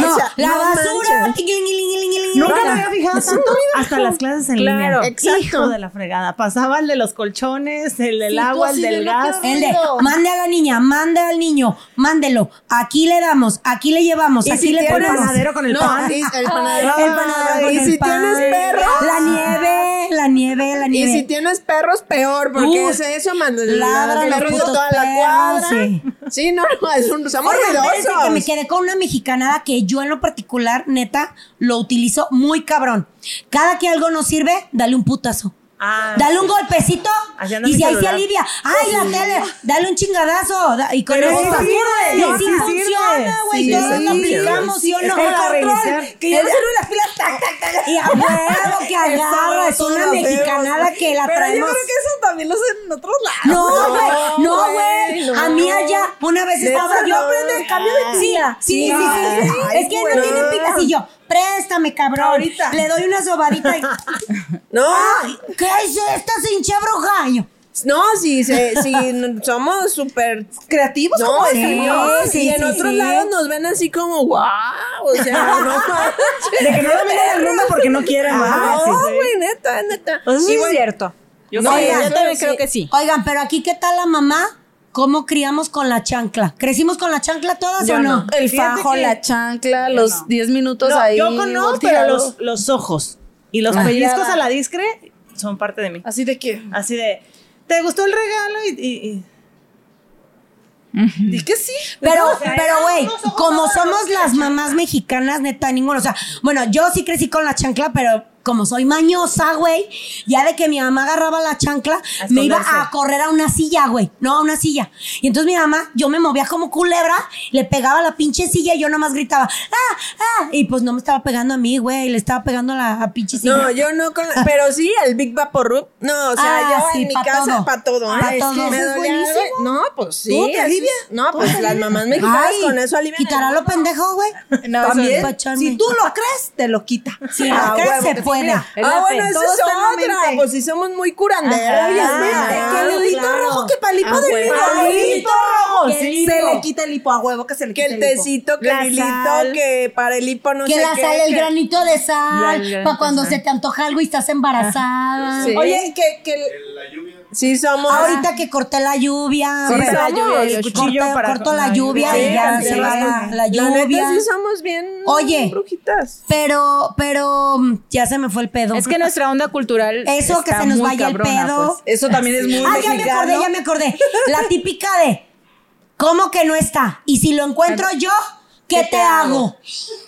Speaker 2: No,
Speaker 3: o sea,
Speaker 2: la
Speaker 3: no
Speaker 2: basura.
Speaker 3: manches.
Speaker 2: Tiquiling, iling, iling, iling,
Speaker 4: Nunca
Speaker 2: iling.
Speaker 4: me había fijado
Speaker 3: Es un
Speaker 4: tanto.
Speaker 3: domingo.
Speaker 4: Hasta las clases en línea.
Speaker 3: Claro, exacto.
Speaker 4: Hijo de la fregada. Pasaba el de los colchones, el del
Speaker 8: Sí, tú
Speaker 4: agua, el
Speaker 8: así
Speaker 4: del
Speaker 8: de no
Speaker 4: gas.
Speaker 8: quiero-
Speaker 2: El de, mande a la niña, mande al niño, mándelo. Aquí le damos, aquí le llevamos,
Speaker 3: Y
Speaker 4: Pues
Speaker 2: aquí
Speaker 3: si
Speaker 2: le
Speaker 3: tiene
Speaker 2: ponemos.
Speaker 4: panadero con el
Speaker 3: No,
Speaker 4: pan.
Speaker 3: y- el panadero.
Speaker 2: El panadero con
Speaker 3: y
Speaker 2: el
Speaker 3: si
Speaker 2: pan.
Speaker 3: tienes perros.
Speaker 2: La nieve, la nieve, la
Speaker 3: Y
Speaker 2: nieve.
Speaker 3: si tienes perros, peor, porque
Speaker 2: Uy,
Speaker 3: es eso, man,
Speaker 2: ladran los
Speaker 3: perros de
Speaker 2: putos
Speaker 3: toda la
Speaker 2: perros,
Speaker 3: cuadra.
Speaker 2: sí.
Speaker 3: Sí. no, no, es un, somos
Speaker 2: Oigan, espérense que me
Speaker 3: ruidosos.
Speaker 2: quedé con una mexicanada que yo en lo particular, neta, lo utilizo muy cabrón. Cada que algo nos sirve, dale un putazo.
Speaker 4: Ah.
Speaker 2: Dale un golpecito
Speaker 4: Así anda
Speaker 2: y
Speaker 4: mi
Speaker 2: si ahí se
Speaker 4: celular.
Speaker 2: alivia, ¡ay, la tele! Dale un chingadazo da- y con
Speaker 4: Pero
Speaker 2: eso
Speaker 4: sí
Speaker 2: pasa.
Speaker 4: sirve,
Speaker 2: No, sí
Speaker 4: sí sirve.
Speaker 2: funciona, güey,
Speaker 3: Sí,
Speaker 2: todos
Speaker 3: sí,
Speaker 2: lo aplicamos, ¿sí o
Speaker 4: Es
Speaker 2: no?
Speaker 4: para
Speaker 2: Control,
Speaker 4: reiniciar.
Speaker 2: que yo no sirve las pilas, tac, tac, tac. Y a huevo que agarra, es una mexicanada que la
Speaker 8: Pero yo
Speaker 2: traemos.
Speaker 8: creo que eso también lo hacen en otros lados.
Speaker 2: No, güey, no, güey.
Speaker 3: no.
Speaker 2: A mí allá, una vez estaba
Speaker 3: Neta,
Speaker 2: yo.
Speaker 3: no.
Speaker 2: prende cambio de pila. Sí, sí, sí. sí, sí.
Speaker 3: Ay,
Speaker 2: es que no
Speaker 3: güey.
Speaker 2: tiene pilas y yo, préstame, cabrón.
Speaker 8: Ahorita.
Speaker 2: Le doy una sobadita y.
Speaker 3: No,
Speaker 2: ¡Ay! ¿Qué es esta hincha bruja? Y yo,
Speaker 3: no, si, se- si n- somos súper
Speaker 8: Creativos
Speaker 3: No,
Speaker 8: como
Speaker 3: sí,
Speaker 2: señor.
Speaker 3: sí, y en
Speaker 2: sí,
Speaker 3: otros
Speaker 2: sí.
Speaker 3: lados nos ven así como, wow, o sea, no
Speaker 4: De que no lo ven en el mundo porque no quieren más.
Speaker 3: No, güey, neta, neta.
Speaker 8: Eso es cierto.
Speaker 4: Yo
Speaker 3: No,
Speaker 4: creo
Speaker 2: oigan,
Speaker 4: que-
Speaker 2: yo
Speaker 8: también creo que sí.
Speaker 2: Oigan, pero aquí, ¿qué tal la mamá? ¿Cómo criamos con la chancla? ¿Crecimos con la chancla todas o no?
Speaker 8: El
Speaker 4: Fíjate
Speaker 8: fajo,
Speaker 4: que-
Speaker 8: la chancla, los 10 minutos
Speaker 4: No,
Speaker 8: ahí.
Speaker 4: yo conozco, pero
Speaker 8: volteado.
Speaker 4: los, los ojos y los pellizcos a la discre son parte de mí.
Speaker 8: Así de que.
Speaker 4: Así de, ¿te gustó el regalo? Y, y- y-
Speaker 8: Di que sí.
Speaker 2: Pero, pero, güey, como somos las mamás mexicanas, neta, ninguno. O sea, bueno, yo sí crecí con la chancla, pero como soy mañosa, güey, ya de que mi mamá agarraba la chancla, me iba a correr a una silla, güey. No, a una silla. Y entonces mi mamá, yo me movía como culebra, le pegaba la pinche silla y yo nomás gritaba, ¡ah, ah! Y pues no me estaba pegando a mí, güey, le estaba pegando a la a pinche silla.
Speaker 3: No, yo no con la- pero sí el Big Vaporub. No, o sea,
Speaker 2: Ah,
Speaker 3: yo
Speaker 2: sí,
Speaker 3: en mi
Speaker 2: pa'
Speaker 3: casa
Speaker 2: todo.
Speaker 3: para todo.
Speaker 2: Pa'
Speaker 3: ¿eh? Es
Speaker 2: todo.
Speaker 3: que
Speaker 2: Eso
Speaker 3: me
Speaker 2: es
Speaker 3: dolía algo.
Speaker 2: buenísimo.
Speaker 3: No, pues sí.
Speaker 8: ¿Tú te
Speaker 3: así-
Speaker 8: alivias?
Speaker 3: No, pues las mamás mexicanas
Speaker 2: Ay,
Speaker 3: con eso alivian. el
Speaker 2: Quitará lo pendejo, güey.
Speaker 8: También,
Speaker 2: pa' echarme.
Speaker 8: si tú lo crees, te lo quita.
Speaker 2: Si lo crees, se puede.
Speaker 8: es
Speaker 3: Ah,
Speaker 8: la
Speaker 3: bueno,
Speaker 8: fe.
Speaker 3: esa
Speaker 8: Todo
Speaker 3: es
Speaker 8: está en la
Speaker 3: otra.
Speaker 8: mente.
Speaker 3: Pues sí somos muy
Speaker 2: Ah,
Speaker 3: curanderas.
Speaker 8: Obviamente, que el hilito rojo, que palipo
Speaker 3: Ah,
Speaker 8: del
Speaker 3: bueno.
Speaker 8: hipo.
Speaker 3: Ah,
Speaker 8: Palito rojo.
Speaker 2: que el
Speaker 8: Se
Speaker 2: hipo.
Speaker 8: le quita el hipo a huevo, que se le
Speaker 3: Que
Speaker 8: quita
Speaker 3: el
Speaker 8: hipo.
Speaker 3: tecito, que el hilito, que para el hipo no
Speaker 2: que
Speaker 3: sé
Speaker 2: la
Speaker 3: qué,
Speaker 2: sal, el
Speaker 3: que-
Speaker 2: granito de sal, para cuando se te antoja algo y estás embarazada.
Speaker 3: Sí.
Speaker 8: Oye, que, que el-
Speaker 6: La lluvia.
Speaker 3: Sí somos.
Speaker 2: Ahorita que corté la lluvia,
Speaker 3: Sí,
Speaker 2: me-
Speaker 3: somos.
Speaker 4: el cuchillo
Speaker 2: corto,
Speaker 4: para-
Speaker 2: corto la
Speaker 4: la
Speaker 2: lluvia
Speaker 3: Sí,
Speaker 2: y ya
Speaker 3: sí,
Speaker 2: se va la, la
Speaker 3: La
Speaker 2: lluvia.
Speaker 3: neta sí somos bien
Speaker 2: Oye.
Speaker 3: brujitas.
Speaker 2: Pero, pero mm, ya se me fue el pedo.
Speaker 5: Es que nuestra onda cultural.
Speaker 2: Eso que
Speaker 5: está
Speaker 2: se nos
Speaker 5: muy
Speaker 2: vaya el
Speaker 5: cabrona,
Speaker 2: pedo.
Speaker 3: pues.
Speaker 8: eso también es muy
Speaker 2: Ah, ya me acordé, ya me acordé. La típica de ¿Cómo que no está? Y si lo encuentro yo, ¿qué, te, hago?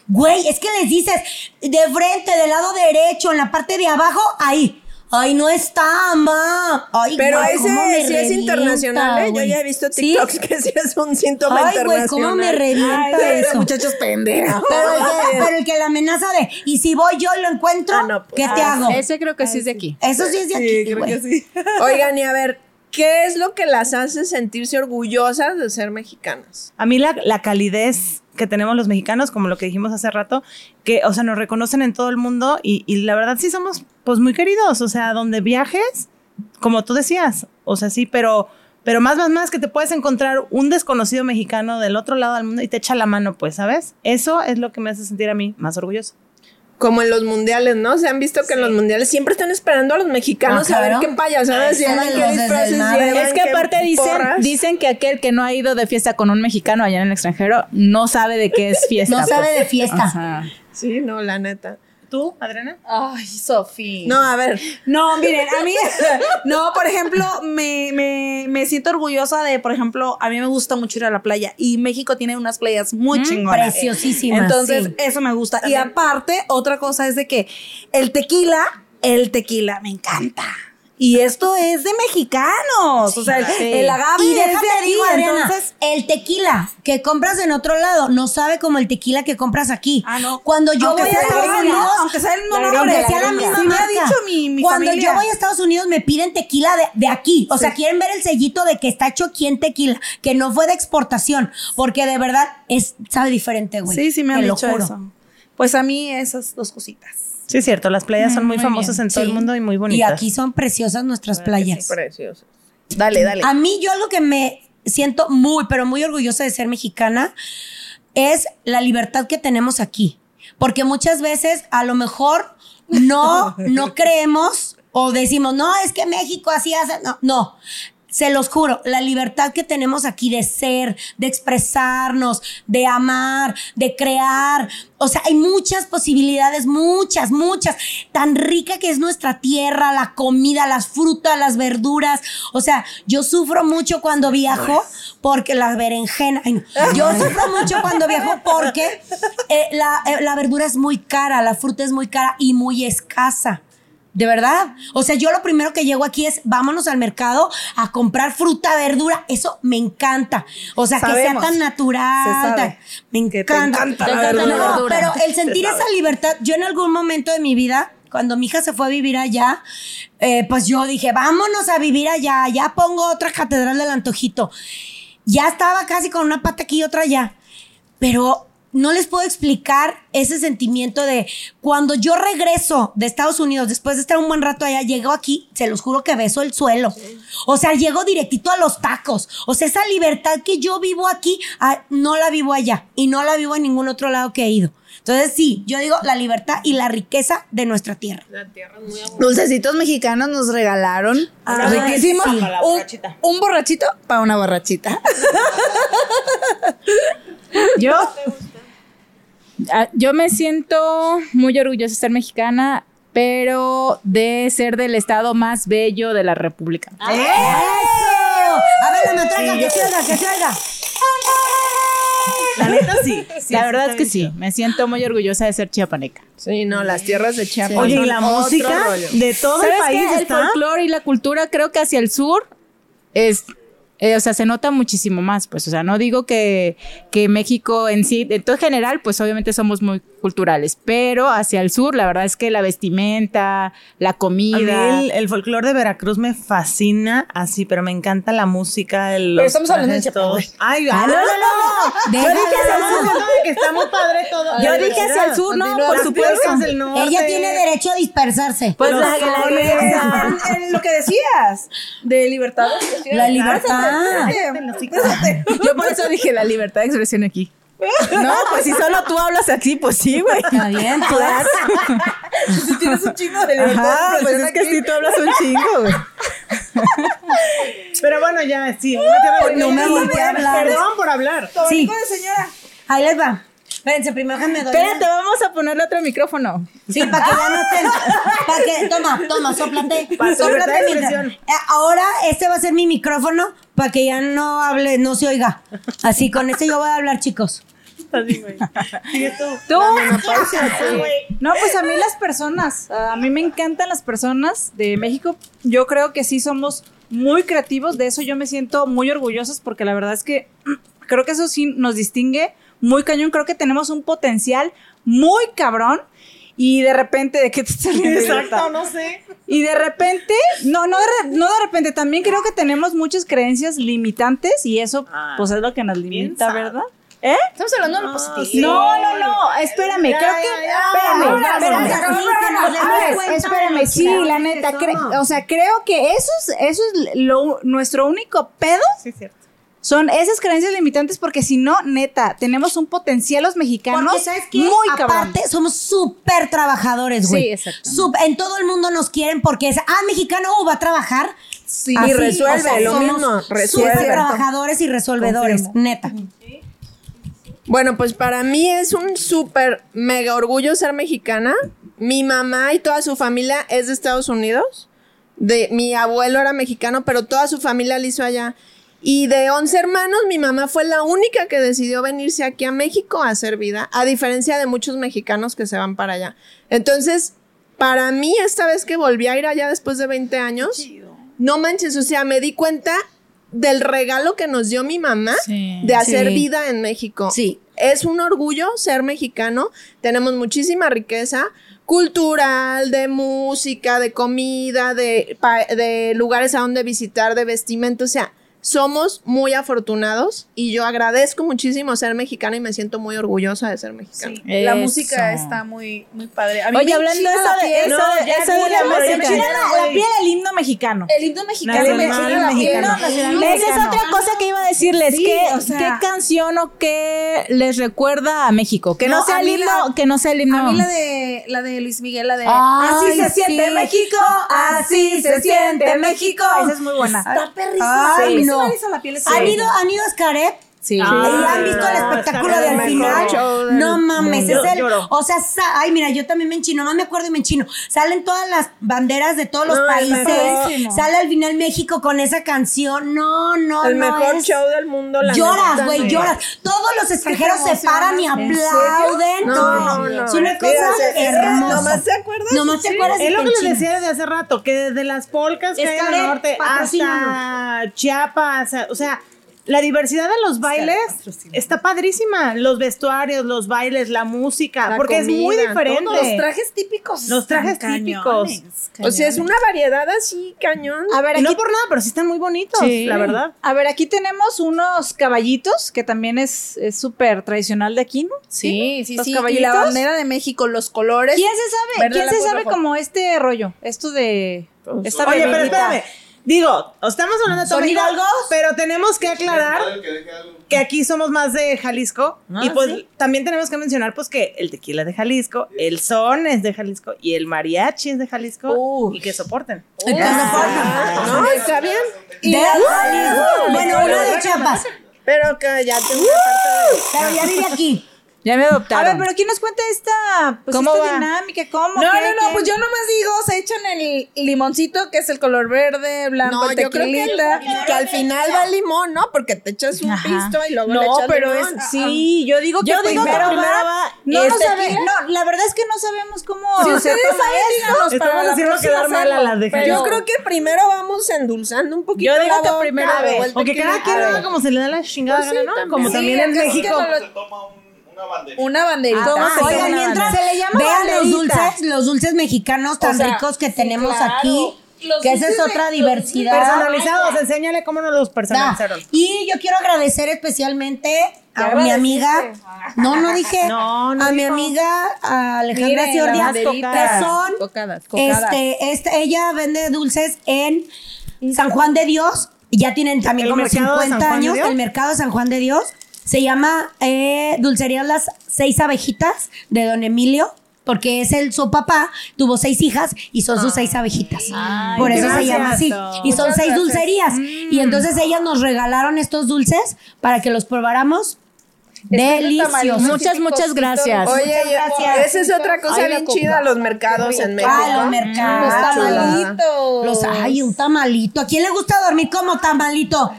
Speaker 2: Güey, es que les dices de frente, del lado derecho, en la parte de abajo, ahí. Ay, no está, ma. Ay,
Speaker 3: Pero
Speaker 2: güey,
Speaker 3: ese
Speaker 2: cómo me
Speaker 3: sí es
Speaker 2: revienta,
Speaker 3: internacional, ¿eh? Yo
Speaker 2: güey.
Speaker 3: ya he visto
Speaker 2: Sí.
Speaker 3: TikToks que sí es un síntoma
Speaker 2: Ay, güey,
Speaker 3: internacional.
Speaker 2: cómo me revienta eso.
Speaker 8: Muchachos pendejos.
Speaker 2: Pero el, que, pero el que la amenaza de, y si voy yo y lo encuentro,
Speaker 3: Ah, no, pues.
Speaker 2: ¿qué te hago?
Speaker 5: Ese creo que sí es de aquí.
Speaker 2: Eso sí es de aquí, güey.
Speaker 3: Oigan, y a ver, ¿qué es lo que las hace sentirse orgullosas de ser mexicanas?
Speaker 4: a mí la, la calidez que tenemos los mexicanos, como lo que dijimos hace rato, que, o sea, nos reconocen en todo el mundo y, y la verdad sí somos, pues, muy queridos. O sea, donde viajes, como tú decías, o sea, sí, pero... Pero más, más, más que te puedes encontrar un desconocido mexicano del otro lado del mundo y te echa la mano, pues, ¿sabes? Eso es lo que me hace sentir a mí más orgullosa.
Speaker 3: Como en los mundiales, ¿no? Se han visto que en los mundiales siempre están esperando a los mexicanos
Speaker 2: Ah,
Speaker 3: a
Speaker 2: claro.
Speaker 3: ver qué payasadas
Speaker 2: Ay,
Speaker 3: llevan,
Speaker 2: son
Speaker 3: qué
Speaker 2: los
Speaker 3: disfraces
Speaker 2: desmadres.
Speaker 3: llevan.
Speaker 5: Es que
Speaker 3: qué
Speaker 5: aparte dicen,
Speaker 3: porras.
Speaker 5: dicen que aquel que no ha ido de fiesta con un mexicano allá en el extranjero no sabe de qué es fiesta. pues.
Speaker 2: No sabe de fiesta.
Speaker 5: Ajá.
Speaker 3: Ah, Sí, no, la neta.
Speaker 4: ¿Tú, Adriana?
Speaker 8: Ay, Sofía.
Speaker 3: No, a ver.
Speaker 8: No, miren, a mí, no, por ejemplo, me, me, me siento orgullosa de, por ejemplo, a mí me gusta mucho ir a la playa y México tiene unas playas muy chingonas.
Speaker 2: preciosísimas,
Speaker 8: Entonces,
Speaker 2: sí.
Speaker 8: eso me gusta. Y aparte, otra cosa es de que el tequila, el tequila me encanta. Y esto es de mexicanos. o sea, el, el agave
Speaker 2: Y
Speaker 8: es
Speaker 2: déjate
Speaker 8: de aquí,
Speaker 2: digo, Adriana,
Speaker 8: entonces.
Speaker 2: el tequila que compras en otro lado no sabe como el tequila que compras aquí.
Speaker 8: Ah, no.
Speaker 2: Cuando yo
Speaker 8: Aunque
Speaker 2: voy a
Speaker 8: sea
Speaker 2: Estados
Speaker 8: gringo,
Speaker 2: Unidos,
Speaker 8: aunque sea el
Speaker 2: la
Speaker 8: nombre,
Speaker 2: aunque
Speaker 8: la
Speaker 2: sea la
Speaker 8: gringa.
Speaker 2: misma
Speaker 8: Sí me ha
Speaker 2: marca.
Speaker 8: dicho mi- mi
Speaker 2: Cuando
Speaker 8: familia.
Speaker 2: yo voy a Estados Unidos me piden tequila de, de aquí. O sea, quieren ver el sellito de que está hecho aquí en tequila, que no fue de exportación, porque de verdad es sabe diferente, güey.
Speaker 8: Sí, sí me han
Speaker 2: Te lo
Speaker 8: dicho
Speaker 2: juro.
Speaker 8: eso. Pues a mí esas dos cositas.
Speaker 4: Sí, es cierto, las playas son Ah, muy, famosas en todo
Speaker 2: Sí.
Speaker 4: el mundo y muy
Speaker 2: Y
Speaker 4: bonitas.
Speaker 2: aquí son preciosas nuestras playas. Ah.
Speaker 3: Precioso. Dale, dale.
Speaker 2: A mí yo algo que me siento muy, pero muy orgullosa de ser mexicana es la libertad que tenemos aquí. Porque muchas veces a lo mejor no, no creemos o decimos, no, es que México así hace. No, no. Se los juro, la libertad que tenemos aquí de ser, de expresarnos, de amar, de crear. O sea, hay muchas posibilidades, muchas, muchas. Tan rica que es nuestra tierra, la comida, las frutas, las verduras. O sea, yo sufro mucho cuando viajo porque la berenjena. ay, no. Yo sufro mucho cuando viajo porque eh, la, eh, la verdura es muy cara, la fruta es muy cara y muy escasa. De verdad. O sea, yo lo primero que llego aquí es vámonos al mercado a comprar fruta, verdura. Eso me encanta. O sea, que sea
Speaker 8: Sabemos.
Speaker 2: tan natural.
Speaker 8: Se sabe
Speaker 2: tan- me
Speaker 8: que te
Speaker 2: encanta.
Speaker 8: encanta
Speaker 2: Te
Speaker 8: la
Speaker 2: encanta
Speaker 8: verdura.
Speaker 2: No, pero el sentir esa libertad, yo en algún momento de mi vida, cuando mi hija se fue a vivir allá, eh, pues yo dije, vámonos a vivir allá. Ya pongo otra catedral del antojito. Ya estaba casi con una pata aquí y otra allá pero no les puedo explicar ese sentimiento de cuando yo regreso de Estados Unidos después de estar un buen rato allá, llego aquí, se los juro que beso el suelo. O sea, llego directito a los tacos. O sea, esa libertad que yo vivo aquí, ah, no la vivo allá y no la vivo en ningún otro lado que he ido. Entonces, sí, yo digo la libertad y la riqueza de nuestra tierra.
Speaker 11: Dulcecitos mexicanos nos regalaron. riquísimos.
Speaker 2: sí.
Speaker 11: Un- Un, borrachito para una borrachita.
Speaker 5: Yo, Ah, yo me siento muy orgullosa de ser mexicana, pero de ser del estado más bello de la República.
Speaker 2: ¡Eso! A ver, la matraca, que se oiga, que se oiga.
Speaker 4: La neta sí. sí,
Speaker 5: la
Speaker 4: sí
Speaker 5: verdad
Speaker 4: está
Speaker 5: es que
Speaker 4: bien
Speaker 5: sí, me siento muy orgullosa de ser chiapaneca.
Speaker 3: Sí, no, las tierras de Chiapas.
Speaker 4: Oye, y la
Speaker 3: son otro
Speaker 4: música
Speaker 3: rollo.
Speaker 4: de todo el
Speaker 5: ¿Sabes qué?
Speaker 4: país
Speaker 5: El
Speaker 4: está.
Speaker 5: folclore y la cultura creo que hacia el sur es... eh, o sea, se nota muchísimo más, pues, o sea, no digo que, que México en sí, en todo general, pues obviamente somos muy culturales, pero hacia el sur, la verdad es que la vestimenta, la
Speaker 4: A mí
Speaker 5: comida...
Speaker 4: el, el folclore de Veracruz me fascina así, pero me encanta la música. El,
Speaker 11: Pero estamos hablando de
Speaker 4: todos. Ay, ah,
Speaker 2: Ah, no, no, no.
Speaker 4: Yo
Speaker 2: Déjala,
Speaker 4: dije hacia
Speaker 2: no.
Speaker 4: el sur, no, que está muy padre todo.
Speaker 5: Yo dije hacia el sur, no,
Speaker 4: Continúa.
Speaker 5: por
Speaker 4: Las
Speaker 5: supuesto.
Speaker 4: tierras del norte.
Speaker 2: Ella tiene derecho a dispersarse.
Speaker 5: Pues
Speaker 4: Los
Speaker 5: la, la-
Speaker 4: soles.
Speaker 8: En- en lo que decías de libertad. de expresión.
Speaker 2: La libertad.
Speaker 8: Cállate, no, sí, cállate.
Speaker 5: Yo por eso dije la libertad de expresión aquí.
Speaker 1: No, pues si solo tú hablas aquí, pues sí, güey.
Speaker 2: Está bien, pues.
Speaker 8: Tú tienes un chingo de libertad.
Speaker 1: Ajá,
Speaker 8: de
Speaker 1: pues
Speaker 8: expresión
Speaker 1: es que
Speaker 8: aquí.
Speaker 1: sí, tú hablas un chingo, güey.
Speaker 4: Pero bueno, ya, sí, una tierra de
Speaker 2: no me
Speaker 4: Veracruz.
Speaker 2: volteé a hablar.
Speaker 4: Perdón por hablar.
Speaker 2: Sí.
Speaker 8: Hijo de señora.
Speaker 2: Ahí les va. Espérense, primero que me doy.
Speaker 5: Espérate, vamos a ponerle otro micrófono.
Speaker 2: Sí, para que ya no estén. Para que, toma, toma, soplate.
Speaker 4: Para tu libertad
Speaker 2: Soplate
Speaker 4: de
Speaker 2: mientras.
Speaker 4: expresión.
Speaker 2: Eh, Ahora este va a ser mi micrófono para que ya no hable, no se oiga. Así, con este yo voy a hablar, chicos.
Speaker 5: Tú.
Speaker 1: No, pues a mí las personas, a mí me encantan las personas de México. Yo creo que sí somos muy creativos, de eso yo me siento muy orgullosos porque la verdad es que creo que eso sí nos distingue muy cañón, creo que tenemos un potencial muy cabrón y de repente de qué te estás riendo, idiota?
Speaker 4: Exacto, no sé.
Speaker 1: Y de repente, no, no de, re- no de repente, también creo que tenemos muchas creencias limitantes y eso
Speaker 4: Ah,
Speaker 1: pues es lo que nos limita, ¿verdad? ¿Eh?
Speaker 11: Estamos hablando de lo positivo.
Speaker 1: No, no, no, espérame, creo que espérame, espérame.
Speaker 2: Así que nos demos
Speaker 1: A ver,
Speaker 2: cuenta de
Speaker 1: espérame,
Speaker 2: lo
Speaker 1: sí,
Speaker 2: chingados
Speaker 1: la
Speaker 2: que
Speaker 1: neta, cre-
Speaker 2: somos.
Speaker 1: o sea, creo que eso es, eso es lo, nuestro único pedo.
Speaker 4: Sí, es cierto.
Speaker 1: Son esas creencias limitantes porque si no, neta, tenemos un potencial los mexicanos
Speaker 2: Porque, ¿sabes qué?
Speaker 1: muy cabrón.
Speaker 2: Aparte, somos súper trabajadores, güey.
Speaker 5: Sí, exactamente.
Speaker 2: Sup- en todo el mundo nos quieren porque es, ah, mexicano, uh, va a trabajar. Sí,
Speaker 3: Y resuelve, lo mismo, resuelve.
Speaker 2: trabajadores y resolvedores, neta.
Speaker 3: Bueno, pues para mí es un súper mega orgullo ser mexicana. Mi mamá y toda su familia es de Estados Unidos. De, mi abuelo era mexicano, pero toda su familia la hizo allá. Y de 11 hermanos, mi mamá fue la única que decidió venirse aquí a México a hacer vida, a diferencia de muchos mexicanos que se van para allá. Entonces, para mí, esta vez que volví a ir allá después de 20 años, no manches, o sea, me di cuenta del regalo que nos dio mi mamá
Speaker 10: Sí.
Speaker 3: de hacer
Speaker 2: Sí.
Speaker 3: vida en México.
Speaker 2: Sí.
Speaker 3: Es un orgullo ser mexicano, tenemos muchísima riqueza cultural, de música, de comida, de, pa- de lugares a donde visitar, de vestimenta, o sea, somos muy afortunados y yo agradezco muchísimo ser mexicana y me siento muy orgullosa de ser mexicana.
Speaker 8: La
Speaker 10: Eso.
Speaker 8: música está muy, muy padre. A mí
Speaker 5: Oye,
Speaker 8: me
Speaker 5: hablando
Speaker 8: enchina
Speaker 5: de esa
Speaker 8: la
Speaker 5: de,
Speaker 8: piel.
Speaker 5: esa
Speaker 8: No,
Speaker 5: de,
Speaker 8: ya
Speaker 5: esa
Speaker 8: no,
Speaker 5: de la
Speaker 8: ya me
Speaker 5: música.
Speaker 8: enchina la- la piel,
Speaker 5: el himno mexicano.
Speaker 8: El himno mexicano me
Speaker 4: Nacional
Speaker 8: enchina la piel.
Speaker 4: mexicano.
Speaker 8: No, nacional
Speaker 5: Esa es
Speaker 8: mexicano.
Speaker 5: otra cosa que iba a decirles.
Speaker 8: Sí,
Speaker 5: ¿Qué,
Speaker 8: o sea-
Speaker 5: qué canción o qué les recuerda a México? Que no,
Speaker 8: No,
Speaker 5: sea
Speaker 8: a
Speaker 5: el
Speaker 8: mí
Speaker 5: himno,
Speaker 8: la-
Speaker 5: que no sea el himno.
Speaker 8: A mí la de, la de Luis Miguel, la de
Speaker 2: Ah,
Speaker 5: Ay,
Speaker 8: Así se
Speaker 5: sí.
Speaker 8: siente México, así se siente México. Esa es muy buena. Está perrísima.
Speaker 2: Ay,
Speaker 8: A mí se
Speaker 2: no.
Speaker 8: me eriza la piel esa
Speaker 2: ¿Han
Speaker 8: vez.
Speaker 2: ido, ¿Han ido a Xcaret?
Speaker 5: Sí.
Speaker 2: ¿Y
Speaker 3: Ah,
Speaker 2: han visto el
Speaker 4: no,
Speaker 2: espectáculo
Speaker 4: está
Speaker 2: del
Speaker 4: bien,
Speaker 2: final?
Speaker 4: mejor show del
Speaker 2: No mames,
Speaker 4: mundo.
Speaker 2: es el.
Speaker 4: Lloro.
Speaker 2: O sea, sa- ay, mira, yo también me enchino, más me acuerdo y me enchino. Salen todas las banderas de todos los
Speaker 3: No, el
Speaker 2: países. Sale al final México con esa canción. No, no,
Speaker 3: El
Speaker 2: no.
Speaker 3: mejor
Speaker 2: es-
Speaker 3: show del mundo. la
Speaker 2: lloras,
Speaker 3: neta,
Speaker 2: güey,
Speaker 3: neta.
Speaker 2: lloras. Todos los extranjeros se paran y
Speaker 8: ¿En serio?
Speaker 2: aplauden.
Speaker 3: No,
Speaker 2: todos.
Speaker 3: no, no.
Speaker 2: Es una cosa
Speaker 3: Mira, se- es que
Speaker 2: hermosa.
Speaker 3: nomás te acuerdas.
Speaker 2: Nomás te acuerdas. y
Speaker 4: Es lo
Speaker 2: te
Speaker 4: que les
Speaker 2: enchinas.
Speaker 4: decía desde hace rato, que desde las polcas que hay en el
Speaker 2: Xcaret,
Speaker 4: norte hasta
Speaker 2: patrocínanos.
Speaker 4: Chiapas, o sea, la diversidad de los bailes está padrísima. Los vestuarios, los bailes, la música,
Speaker 3: La
Speaker 4: porque es muy
Speaker 3: comida,
Speaker 4: diferente.
Speaker 3: todo.
Speaker 8: Los trajes típicos.
Speaker 4: Los trajes
Speaker 8: están
Speaker 4: típicos.
Speaker 8: cañones,
Speaker 3: O sea, es
Speaker 8: cañones.
Speaker 3: una variedad así, cañón.
Speaker 5: A ver,
Speaker 4: Y
Speaker 5: aquí,
Speaker 4: no por nada, pero sí están muy bonitos,
Speaker 10: Sí.
Speaker 4: la verdad.
Speaker 5: a ver, aquí tenemos unos caballitos que también es es súper tradicional de aquí, ¿no?
Speaker 8: Sí, sí,
Speaker 5: Los
Speaker 8: sí. Y la
Speaker 5: caballitos.
Speaker 8: bandera de México, los colores.
Speaker 5: ¿Quién se sabe?
Speaker 8: Verde,
Speaker 5: ¿Quién se
Speaker 8: blanco,
Speaker 5: sabe
Speaker 8: rojo.
Speaker 5: como este rollo? Esto de esta
Speaker 4: Pues, Oye, pero
Speaker 5: bebidita.
Speaker 4: espérame. Digo, estamos hablando de todo
Speaker 5: ¿Son
Speaker 4: México,
Speaker 5: hidalgos?
Speaker 4: pero tenemos que aclarar
Speaker 6: Algo que deje algo.
Speaker 4: que aquí somos más de Jalisco y pues
Speaker 5: ¿sí?
Speaker 4: también tenemos que mencionar pues que el tequila es de Jalisco, el son es de Jalisco y el mariachi es de Jalisco y que soporten.
Speaker 3: Ah, No, está bien.
Speaker 2: Y la- Bueno, uno de Chiapas.
Speaker 3: Pero que ya tengo
Speaker 2: Pero ya vive aquí.
Speaker 10: Ya me
Speaker 5: A
Speaker 10: adoptaron.
Speaker 5: ver, pero ¿quién nos cuenta esta, pues,
Speaker 10: ¿Cómo
Speaker 5: esta
Speaker 10: va?
Speaker 5: dinámica? ¿Cómo?
Speaker 8: No, no, no, pues yo nomás digo, se echan el limoncito, que es el color verde, blanco,
Speaker 3: No,
Speaker 8: el
Speaker 3: yo creo que,
Speaker 8: tequilita.
Speaker 3: que al final va limón, ¿no? Porque te echas un pisto y luego le
Speaker 8: No,
Speaker 3: echas
Speaker 8: pero es.
Speaker 3: limón.
Speaker 8: Sí, yo digo
Speaker 5: Ah. Yo digo que primero va, no,
Speaker 8: el
Speaker 2: este
Speaker 5: no, sabe-
Speaker 8: tequila.
Speaker 5: no, la verdad es que no sabemos cómo
Speaker 8: Si
Speaker 5: se
Speaker 8: ustedes
Speaker 5: toma
Speaker 8: saben,
Speaker 5: esto.
Speaker 8: díganos
Speaker 4: Estamos
Speaker 8: para la
Speaker 4: haciendo
Speaker 8: próxima
Speaker 4: quedar mal a
Speaker 8: hacerlo,
Speaker 4: las de
Speaker 8: pero-
Speaker 4: Jalisco.
Speaker 3: Yo creo que primero vamos endulzando un poquito.
Speaker 5: Yo digo
Speaker 3: la
Speaker 5: que
Speaker 3: boca,
Speaker 5: primero-
Speaker 3: luego el
Speaker 4: O que
Speaker 3: tequila.
Speaker 4: cada quien
Speaker 3: A
Speaker 4: lo haga
Speaker 3: ver.
Speaker 4: como se le da la chingada
Speaker 3: Pues sí,
Speaker 4: gana, ¿no?
Speaker 3: también.
Speaker 4: como
Speaker 8: Sí,
Speaker 4: también en
Speaker 8: acá sí que
Speaker 4: México.
Speaker 8: no
Speaker 6: Se toma un- una banderita.
Speaker 8: Una banderita.
Speaker 5: Toma, se
Speaker 2: Oigan,
Speaker 5: llama
Speaker 2: mientras
Speaker 5: banderita.
Speaker 2: vean los
Speaker 5: banderita.
Speaker 2: dulces, los dulces mexicanos tan ricos que tenemos aquí, que esa es otra diversidad.
Speaker 4: Personalizados, enséñale cómo nos los
Speaker 2: Da.
Speaker 4: personalizaron.
Speaker 2: Y yo quiero agradecer especialmente a mi amiga, no, no dije,
Speaker 4: No, no
Speaker 2: a mi amiga a Alejandra
Speaker 8: Miren,
Speaker 2: Ciordia,
Speaker 8: las
Speaker 2: que son, este, este, ella vende dulces en San Juan de Dios, y ya tienen también
Speaker 4: ¿El
Speaker 2: como
Speaker 4: mercado de
Speaker 2: 50
Speaker 4: San Juan de
Speaker 2: años,
Speaker 4: Dios?
Speaker 2: el mercado de San Juan de Dios, se llama eh, Dulcería Las Seis Abejitas de Don Emilio. Porque es el su papá, tuvo seis hijas y son sus seis abejitas. Por eso se llama así. Y son seis dulcerías. Y entonces ellas nos regalaron estos dulces para que los probáramos. Deliciosos.
Speaker 10: Muchas, muchas gracias.
Speaker 3: Oye, yo-
Speaker 2: gracias.
Speaker 3: esa es otra cosa bien chida, los mercados en México.
Speaker 2: Ah, los mercados.
Speaker 3: Mm, Los
Speaker 2: tamalitos. Los, ay, un tamalito. ¿A quién le gusta dormir como tamalito?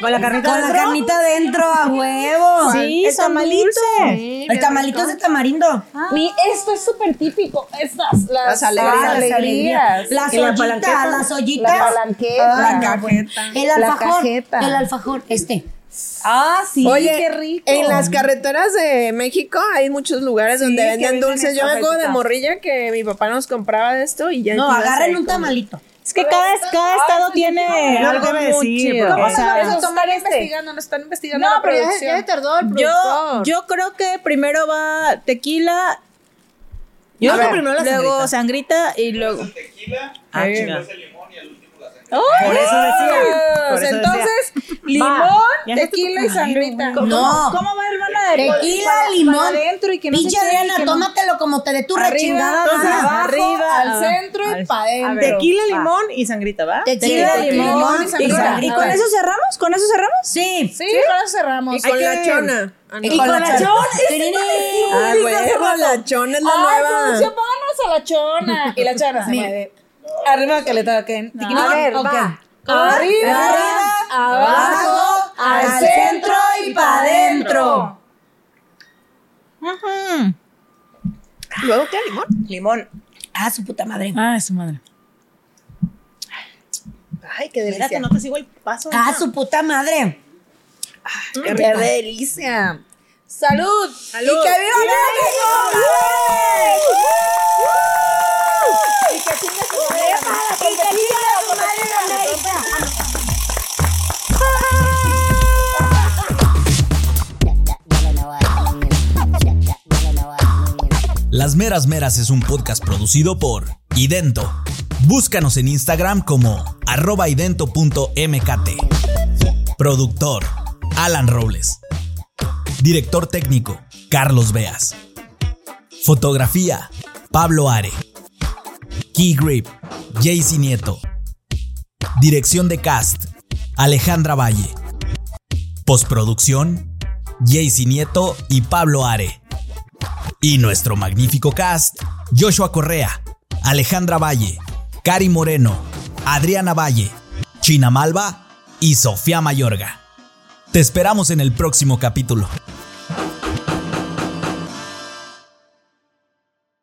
Speaker 4: Con la carnita
Speaker 2: Con la
Speaker 4: adentro.
Speaker 2: carnita adentro, a huevo.
Speaker 5: Sí,
Speaker 2: el tamalito. El tamalito es de tamarindo.
Speaker 8: Mi- esto es súper típico. Estas, las,
Speaker 3: Las alegrías.
Speaker 8: las alegrías.
Speaker 2: Las
Speaker 4: Y la
Speaker 2: ollitas,
Speaker 4: palanqueta.
Speaker 2: las ollitas.
Speaker 8: La palanqueta.
Speaker 2: Ah, no, bueno. El
Speaker 8: La
Speaker 2: alfajor.
Speaker 8: cajeta.
Speaker 2: El alfajor, este.
Speaker 8: Ah, sí,
Speaker 3: Oye,
Speaker 8: qué rico.
Speaker 3: en las carreteras de México hay muchos lugares donde
Speaker 8: que
Speaker 3: venden
Speaker 8: venden
Speaker 3: dulces. Yo me acuerdo de
Speaker 8: esas.
Speaker 3: morrilla que mi papá nos compraba de esto y ya.
Speaker 2: No,
Speaker 3: ibas ahí
Speaker 2: agarren un
Speaker 3: con-
Speaker 2: tamalito.
Speaker 5: Es que cada, cada estado tiene
Speaker 4: no,
Speaker 5: algo
Speaker 4: no,
Speaker 5: muy
Speaker 4: no, sí,
Speaker 5: chido.
Speaker 4: porque-
Speaker 5: o
Speaker 8: Vamos
Speaker 5: sea,
Speaker 8: a tomar investigando, nos están investigando la producción.
Speaker 3: tardó el
Speaker 5: yo, yo creo que primero va tequila,
Speaker 4: Yo
Speaker 3: A
Speaker 4: creo que
Speaker 3: ver,
Speaker 4: primero la
Speaker 5: luego
Speaker 4: sangrita.
Speaker 5: sangrita y luego...
Speaker 6: El tequila,
Speaker 4: Ah,
Speaker 6: después
Speaker 4: chinga.
Speaker 6: el limón y al último la sangre.
Speaker 4: Por eso decía. por
Speaker 8: Pues
Speaker 4: eso
Speaker 8: entonces,
Speaker 4: Va.
Speaker 8: limón,
Speaker 4: Ya no
Speaker 8: tequila y sangrita.
Speaker 2: No.
Speaker 5: ¿Cómo va, hermana? De
Speaker 2: Tequila,
Speaker 5: para-
Speaker 2: limón.
Speaker 5: para adentro y que no
Speaker 2: Pinche
Speaker 5: se quede,
Speaker 2: Adriana,
Speaker 5: que no-
Speaker 2: tómatelo como te dé tu rechingada.
Speaker 4: entonces,
Speaker 2: gana.
Speaker 4: abajo,
Speaker 8: arriba, al
Speaker 4: ah,
Speaker 8: centro y
Speaker 4: al-
Speaker 8: pa'
Speaker 4: decía.
Speaker 8: adentro.
Speaker 4: Tequila, limón y sangrita, ¿va?
Speaker 2: Tequila, limón
Speaker 8: y
Speaker 2: y
Speaker 8: sangrita.
Speaker 5: ¿Y
Speaker 2: sangrita.
Speaker 5: con eso cerramos? ¿Con eso cerramos?
Speaker 2: Sí.
Speaker 8: Sí, ahora cerramos.
Speaker 3: Con
Speaker 4: que-
Speaker 3: la chona. Ah, no.
Speaker 2: Y con la chon.
Speaker 3: Ah, huevo, la chona es la
Speaker 8: Ay,
Speaker 3: nueva.
Speaker 8: producción, vámonos a la chona. Y la chona se mueve. Arriba que le toquen.
Speaker 2: A ver, va.
Speaker 8: Arriba,
Speaker 2: Arriba,
Speaker 8: abajo, al centro y para adentro.
Speaker 3: ¿Luego qué? ¿Limón?
Speaker 4: Limón.
Speaker 2: Ah, su puta madre.
Speaker 10: Ah, su madre.
Speaker 4: Ay, qué delicia.
Speaker 8: que no te sigo el paso. Mm,
Speaker 2: Ah, su puta madre.
Speaker 8: ¡Qué delicia! ¡Salud! ¡Salud! ¡Y que viva
Speaker 9: Las Meras Meras es un podcast producido por Idento. Búscanos en Instagram como arroba idento.mkt. Productor, Alan Robles. Director técnico, Carlos Beas. Fotografía, Pablo Are. Key Grip, Jaycee Nieto. Dirección de cast, Alejandra Valle. Postproducción, Jaycee Nieto y Pablo Are. Y nuestro magnífico cast, Joshua Correa, Alejandra Valle, Cari Moreno, Adriana Valle, China Malva y Sofía Mayorga. Te esperamos en el próximo capítulo.